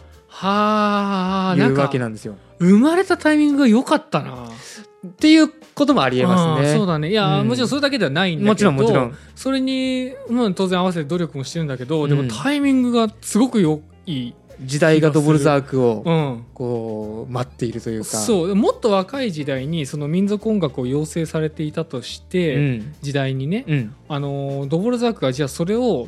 はあ
い
なん
う
か
わけなんですよ。
生まれたタイミングが良かったな
っていうこともありえます
あ
ね。
あそうだねいや、
うん
もちろんそれだけではないんだけど
もちろんもちろん
それに、まあ、当然合わせて努力もしてるんだけど、で
う
も
ん
タイミングがすごく良い、
時代がドボルザーク
う
を
ん、
こう待っているというか。
そうもっと若い時代にその民族音楽を養成されていたとして、
うん
時代にね、
うん
あのドボルザークがじゃあそれを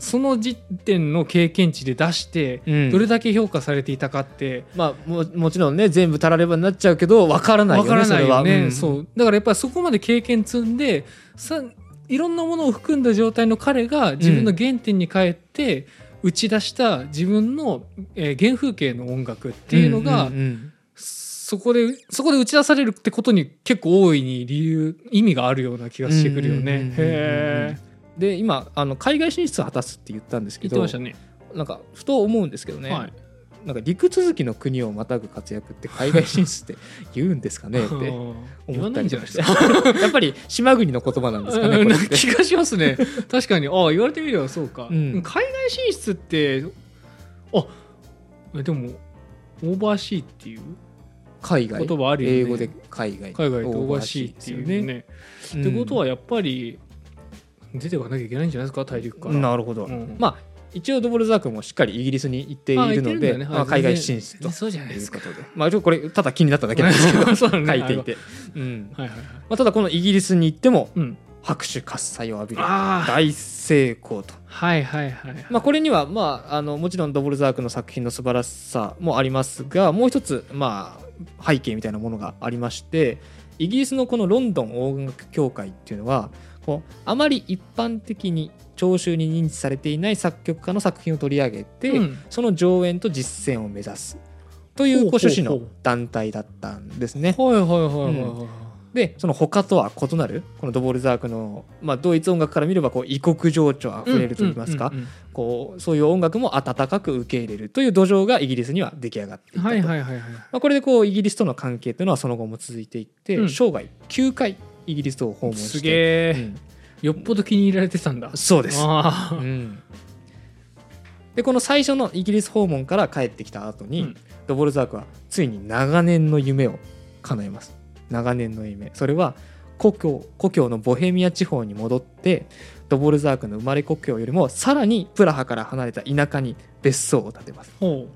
その時点の経験値で出して、
うん
どれだけ評価されていたかって
まあ、ももちろんね全部たらればになっちゃうけどわからないよ
わ
ね
からないよね
それは、ん
そうだからやっぱりそこまで経験積んでさいろんなものを含んだ状態の彼が自分の原点に帰って打ち出した自分の、えー原風景の音楽っていうの
ん
が、
んうん
そこでそこで打ち出されるってことに結構大いに理由意味があるような気がしてくるよ
うんうんうんうんう
ね
ん。
へえ
で今あの海外進出を果たすって言ったんですけ
言って
ど
ましたね。
なんかふと思うんですけどね、
はい
なんか陸続きの国をまたぐ活躍 *laughs* って海外進出って言うんですか
*laughs*
ねっ *laughs*
あ
て
ー言
思
わ
っ
な
た
いん
り
じゃ
と
な
か
い
し
です
て
か。
やっぱり島国の言葉なんですかね
う
こ
ん
れ
な
って
気がしますね確かにああ言われてみればそうか、
うん
海外進出ってあえでもオーバーシーっていう
*laughs* 海外
言葉あるよね
英語で海外
海外とオーバーシーっていうね
うん
ってことはやっぱり出ていかなきゃいけないんじゃないですか大陸から
なるほど、
うん
まあ一応ドボルザークもしっかりイギリスに行っている
あ行
の
ってる
で
んだねはい
まあ、海外進出と
全然そうじゃない
と
で
いう
す
こ
か
とでまあちょっとこれただ気になっただけなん
*laughs*
ですけど
そうだね
書いていて、うん
はいはいはい、
まあ、ただこのイギリスに行っても
うん、
拍手喝采を浴びる
ああ
大成功と、
はいはいはいはい、
まあ、これには、まあ、あのもちろんドボルザークの作品の素晴らしさもありますがもう一つ、まあ、背景みたいなものがありましてイギリスのこのロンドン音楽協会っていうのはこうあまり一般的に聴衆に認知されていない作曲家の作品を取り上げて、
うん
その上演と実践を目指すという
ほうほ
こう
う
趣旨
ほ
の
う
団体だったんですね。
はいはいはいはいはい、
でその他とは異なるこのドボルザークの、まあ、ドイツ音楽から見ればこう異国情緒あふれるといいますか、
うんうんうん
こうそういう音楽も温かく受け入れるという土壌がイギリスには出来上がっていたと、
はい
ま
はいはいはい
あ、これでこうイギリスとの関係というのはその後も続いていって、
うん
生涯9回イギリスを訪問して
すげえ、
うん
よっぽど気に入られてたんだ
そうです、
あ
う
ー
んでこの最初のイギリス訪問から帰ってきた後に、
うん
ドボルザークはついに長年の夢を叶えます長年の夢それは故郷故郷のボヘミア地方に戻ってドボルザークの生まれ故郷よりもさらにプラハから離れた田舎に別荘を建てます
ほ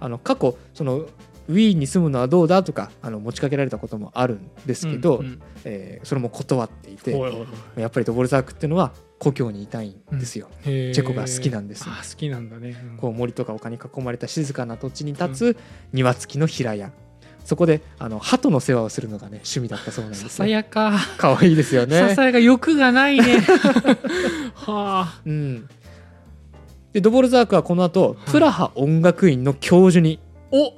あの過去そのウィーンに住むのはどうだとかあの持ちかけられたこともあるんです
う
けど、
うんうん
えーそれも断っていて
ほいほいほ
やっぱりドボルザークっていうのは故郷にいたいんですよ、
いへー
チェコが好きなんですよ
あ好きなんだね、うん
こう森とか丘に囲まれた静かな土地に立つ庭付きの平屋、そこであの鳩の世話をするのがね趣味だったそうなんで
さ
す
さ
よ
やか、
かわいいですよ
さ
*laughs* ね、
さやか欲がな
*laughs*
いねはあ
うん、でドボルザークはこの後プラハ音楽院の教授に
お
抜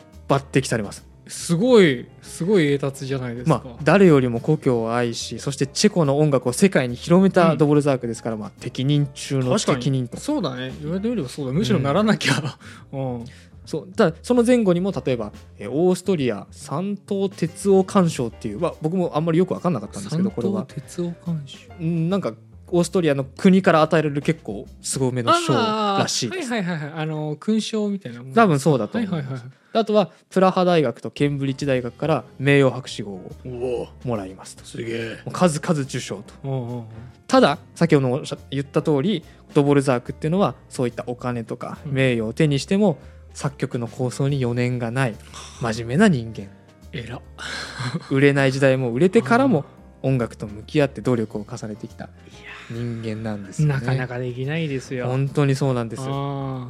擢されます、
すごいすごい英達じゃないですか、
まあ、誰よりも故郷を愛しそしてチェコの音楽を世界に広めたドボルザークですから、まあ、適任中の
確か
適任
に
と
そうだね言われてみればそうだむしろならなきゃ、うん
そうただその前後にも例えばえーオーストリア三島鉄夫鑑賞っていう、まあ、僕もあんまりよく分かんなかったんですけど
三
これ
等
は
鉄夫監修
うんなんかオーストリアの国から与えられる結構すごめの賞らしい
あ
で
ー
す、
はいはいはいはいあの勲章みたいなもん
多分そうだと
はい
思い
は
ま
い
す、
はい
あとはプラハ大学とケンブリッジ大学から名誉博士号を
おお
もらいますと
すげえ
もう数々受賞と
おうおうおう
ただ先ほどおっしゃ言った通りドボルザークっていうのはそういったお金とか
うん
名誉を手にしても、作曲の構想に余念がない真面目な人間
えら
売れない時代も売れてからも音楽と向き合って努力を重ねてきた人間なんですよね
なかなかできないですよ。
本当にそうなんです
あ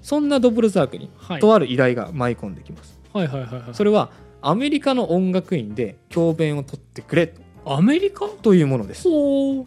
そんなドボルザークに
ーはい、
とある依頼が舞い込んできます、
はいはいはいはい。
それはアメリカの音楽院で教鞭を取ってくれ
アメリカ
というものです、
ほう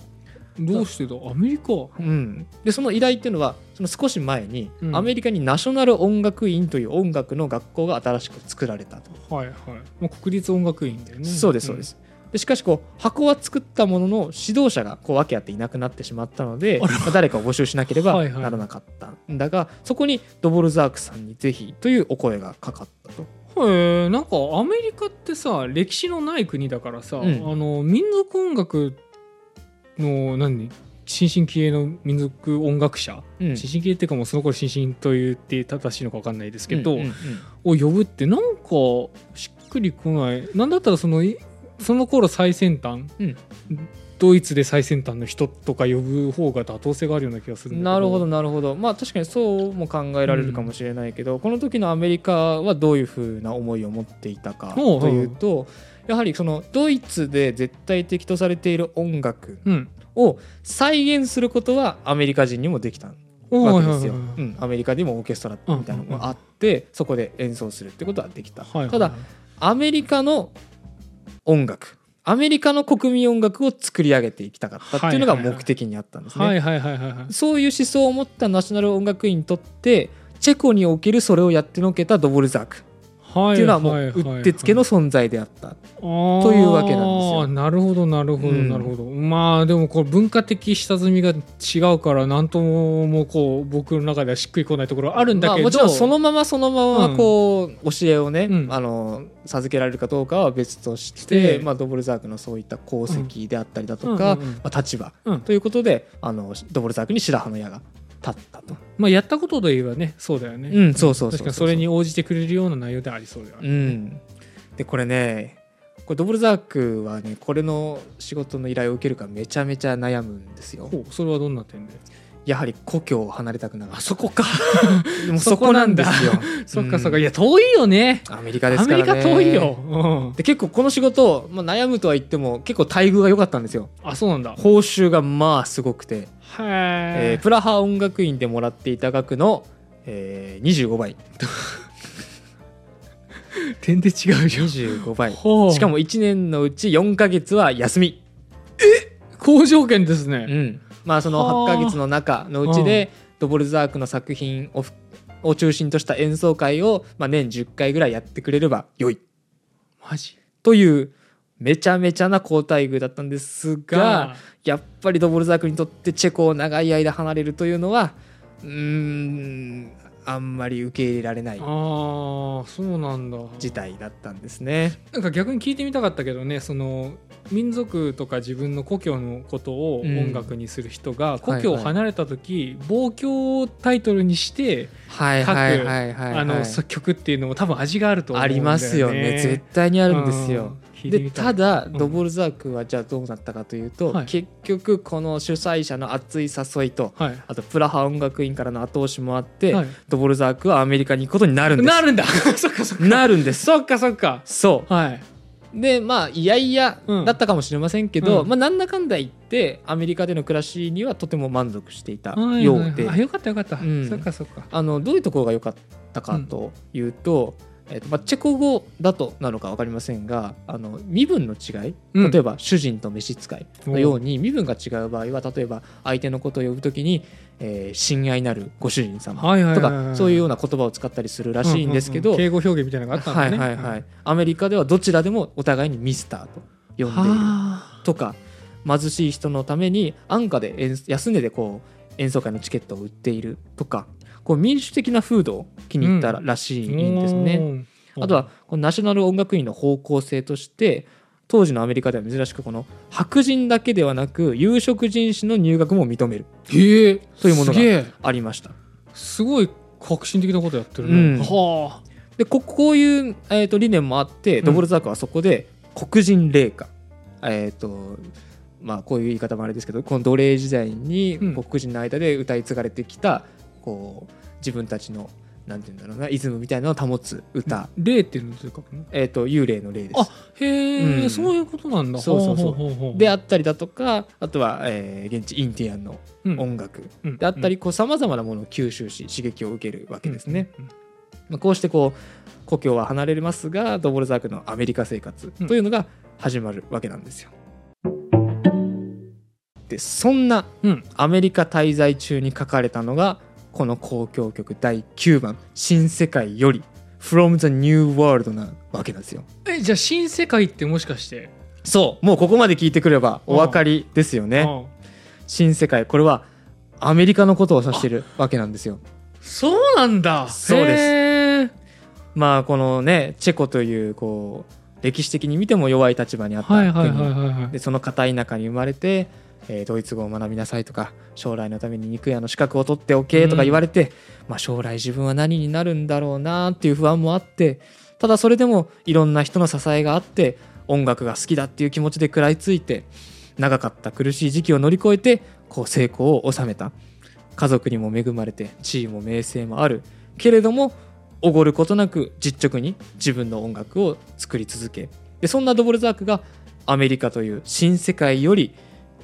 どうしてだアメリカ
うん、でその依頼っていうのはその少し前に、
うん
アメリカにナショナル音楽院という音楽の学校が新しく作られたと、
はいはい。もう国立音楽院だよね。
そうですそうです、でしかしこう箱は作ったものの指導者がこう訳あっていなくなってしまったので、
あら
まあ誰かを募集しなければ
はいはい
ならなかったんだがそこにドボルザークさんにぜひというお声がかかったと
うん。へえなんかアメリカってさ歴史のない国だからさ、
うん
あの民族音楽の何新進気鋭の民族音楽者、
うん
新進気鋭っていうかもうその頃新進と言って正しいのか分かんないですけど、
うんうんうん
を呼ぶってなんかしっくりこないなんだったらそのいその頃最先端、
うん
ドイツで最先端の人とか呼ぶ方が妥当性があるような気がするんだけ
なるほどなるほどまあ確かにそうも考えられるかもしれないけど、この時のアメリカはどういうふうな思いを持っていたか
おう
というと、やはりそのドイツで絶対的とされている音楽
うん
を再現することはアメリカ人にもできたわけですよ、うん、アメリカにもオーケストラみたいなのがあって、そこで演奏するってことはできた、ただアメリカの音楽アメリカの国民音楽を作り上げていきたかったっていうのが目的にあったんですね、
はいはいはいはいはい
そういう思想を持ったナショナル音楽院にとってチェコにおけるそれをやってのけたドボルザーク
はい
っていうのはもううってつけの存在であった、
と
いうわけなんですよ
なるほどなるほ
う
ど
ん
なるほど、まあでもこう文化的下積みが違うから何ともこう僕の中ではしっくりこないところはあるんだけど、
まあ、もちろんそのままそのま
うん
まこう、教えをね、
うん
あの授けられるかどうかは別とし
して
て、まあ、ドボルザークのそういった功績であったりだと
うん
か、
うんうんうん
まあ、立場、
うん
ということであのドボルザークに白羽の矢が立ったと。
まあやったことで言えばねそうだよね、
うん、そうそうそう
確かにそれに応じてくれるような内容でありそうだよ
う
ね、
ん、でこれねこれドボルザークはねこれの仕事の依頼を受けるかめちゃめちゃ悩むんですよ
ほうそれはどんな点で
やはり故郷を離れたくなる
そこか
で *laughs* もそこなんですよ
そっかそっか
うん
いや遠いよね
アメリカで
ア
すか
メ
ら
リ
ね
カ遠いよ、うん、
で結構この仕事、まあ、悩むとは言っても結構待遇が良かったんですよ
あそうなんだへ
報酬がまあすごくて、え
え
ープラハ音楽院でもらっていた額の、えー、25倍
点で違うじゃん
25倍
ほう
しかも1年のうち4ヶ月は休み
好条件ですね、
うん、まあその
はあ
8ヶ月の中のうちでドボルザークの作品をふを中心とした演奏会を、まあ、年10回ぐらいやってくれれば良い
マジ
というめちゃめちゃな好待遇だったんですがやっぱりドボルザークにとってチェコを長い間離れるというのはうーんあんまり受け入れられない
ああそうなんだ
事態だったんですね。
なんか逆に聞いてみたかったけどねその民族とか自分の故郷のことを
うん
音楽にする人が故
はい
郷を離れた時、望郷をタイトルにして
はいはいはいはい、はい、
あの作曲っていうのも多分味があると思うん
あ
だよね
りますよね絶対にあるんですよ。
うん
でただ
ん
ドボルザークはじゃあどうなったかというと、
はい
結局この主催者の熱い誘いと
はい
あとプラハ音楽院からの後押しもあって、
はい
ドボルザークはアメリカに行くことになるんです
なるんだ *laughs* そっかそっか
なるんです
そっかそっか
そ
はいう
でまあいやいや
うん
だったかもしれませんけど、
うん
まあ、なんだかんだ言ってアメリカでの暮らしにはとても満足していた
はい
ようで、
はいはいあよかったよかった、
うん
そっかそっか
あのどういうところが良かったかというと,、えっとまあ、チェコ語だとなのか分かりませんがあの身分の違い
うん
例えば主人と召使いのように身分が違う場合は例えば相手のことを呼ぶときに、えー親愛なるご主人様
はいはい
と
はいはい
かそういうような言葉を使ったりするらしいんですけど、
ううう敬語表現みたいなのがあったん
は
だ
い
ね
はいはい、アメリカではどちらでもお互いにミスターと呼んでいる
は
とか貧しい人のために安価で演安値でこう演奏会のチケットを売っているとかこう民主的な風土を気に入ったら,、しいんですね。
おー
あとはこのナショナル音楽院の方向性として当時のアメリカでは珍しくこの白人だけではなく有色人種の入学も認める
へえ
というものが
すげえ
ありました。
すごい革新的なことやってるね、
うん
は
でここういう、えー、と理念もあって
うん
ドボルザークはそこで黒人霊化、えっ、とまあこういう言い方もあれですけどこの奴隷時代に
うん
黒人の間で歌い継がれてきた、こう自分たちのなんて言うんだろうなイズムみたいなのを保つ
あ
歌、
霊っていうのというか
えー、と幽霊の霊です。
あへえ、
うん
そういうことなんだ
そうそうそう
ほほほほ
であったりだとかあとは、えー現地インディアンの
うん
音楽
うん
であったりさまざまなものを吸収し刺激を受けるわけですね。
うん
まあ、こうしてこう故郷は離れますがドボルザークのアメリカ生活
うん
というのが始まるわけなんですよ。でそんな
うん
アメリカ滞在中に書かれたのがこの交響曲第9番「新世界より From the New World」なわけなんですよ。
えじゃあ新世界ってもしかして
そうもうここまで聞いてくればお分かりですよね。
あ
新世界これはアメリカのことを指しているわけなんですよ。
そうなんだ
そうです
へえ
まあこのねチェコというこう歴史的に見ても弱い立場にあった
はい
国、
はいはいはいはい
でその片田舎に生まれて、えードイツ語を学びなさいとか将来のために肉屋の資格を取っておけとか言われて、まあ、将来自分は何になるんだろうなっていう不安もあってただそれでもいろんな人の支えがあって音楽が好きだっていう気持ちで食らいついて長かった苦しい時期を乗り越えてこう成功を収めた家族にも恵まれて地位も名声もあるけれどもおごることなく実直に自分の音楽を作り続けでそんなドボルザークがアメリカという新世界より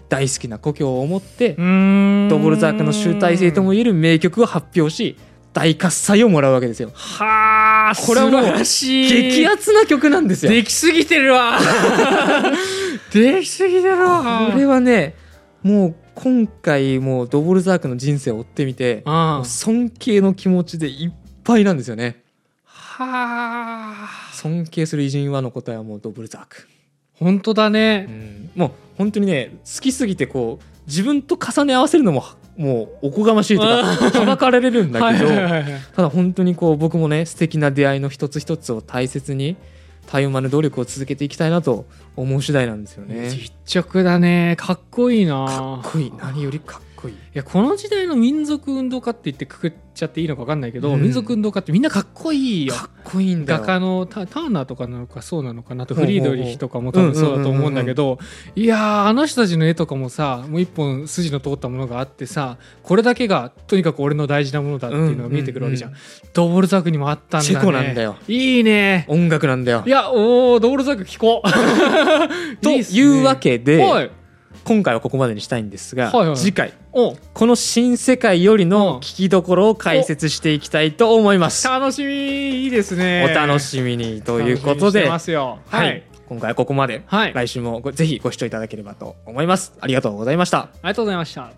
大好きな故郷を思って
うーん
ドボルザークの集大成ともいえる名曲を発表し大喝采をもらうわけですよ
は
*laughs*
あ
これはもう
素晴らしい
激アツな曲なんですよ
できすぎてるわできすぎてるわ
これはねもう今回もうドボルザークの人生を追ってみても
は
う尊敬の気持ちでいっぱいなんですよね
あ
尊敬する偉人はの答えはもうドボルザーク、
本当だね
うんもう本当にね好きすぎてこう自分と重ね合わせるのももうおこがましいとかはばかられるんだけど
はいはいはいはい
ただ本当にこう僕もね素敵な出会いの一つ一つを大切にたゆまぬ努力を続けていきたいなと思う次第なんですよね。
実直だねかっこいいな
かっこいい何よりかっこいい。
いやこの時代の民族運動家って言ってくくっちゃっていいのか分かんないけど、
うん
民族運動家ってみんなかっこいいよ
かっこいいんだ
画
よ。
家のタターナーとかなのかそうなのかなと
ほう
フ
ほうほ
リ
う
ードリヒとかも多分そうだと思うんだけどいやーあの人たちの絵とかもさもう一本筋の通ったものがあってさこれだけがとにかく俺の大事なものだっていうのが見えてくるわけじゃん,、
うん
ドボルザクにもあったんだね
チェコなんだよ
いいね
音楽なんだよ
い。やおードボルザク聞こう
*laughs* というわけ
で
で、
はい
今回はここまでにしたいんですが、
はいはい
次回
お
この新世界より
うん
の聞きどころを解説していきたいと思います。
楽しみいいですね
お楽しみにということ
楽しみにして
で、
ますよ
は
はいい、
今回はここまで。
はい、あり
来週もごぜひご視聴いただければと思います。ありがとうございました。
がとうございました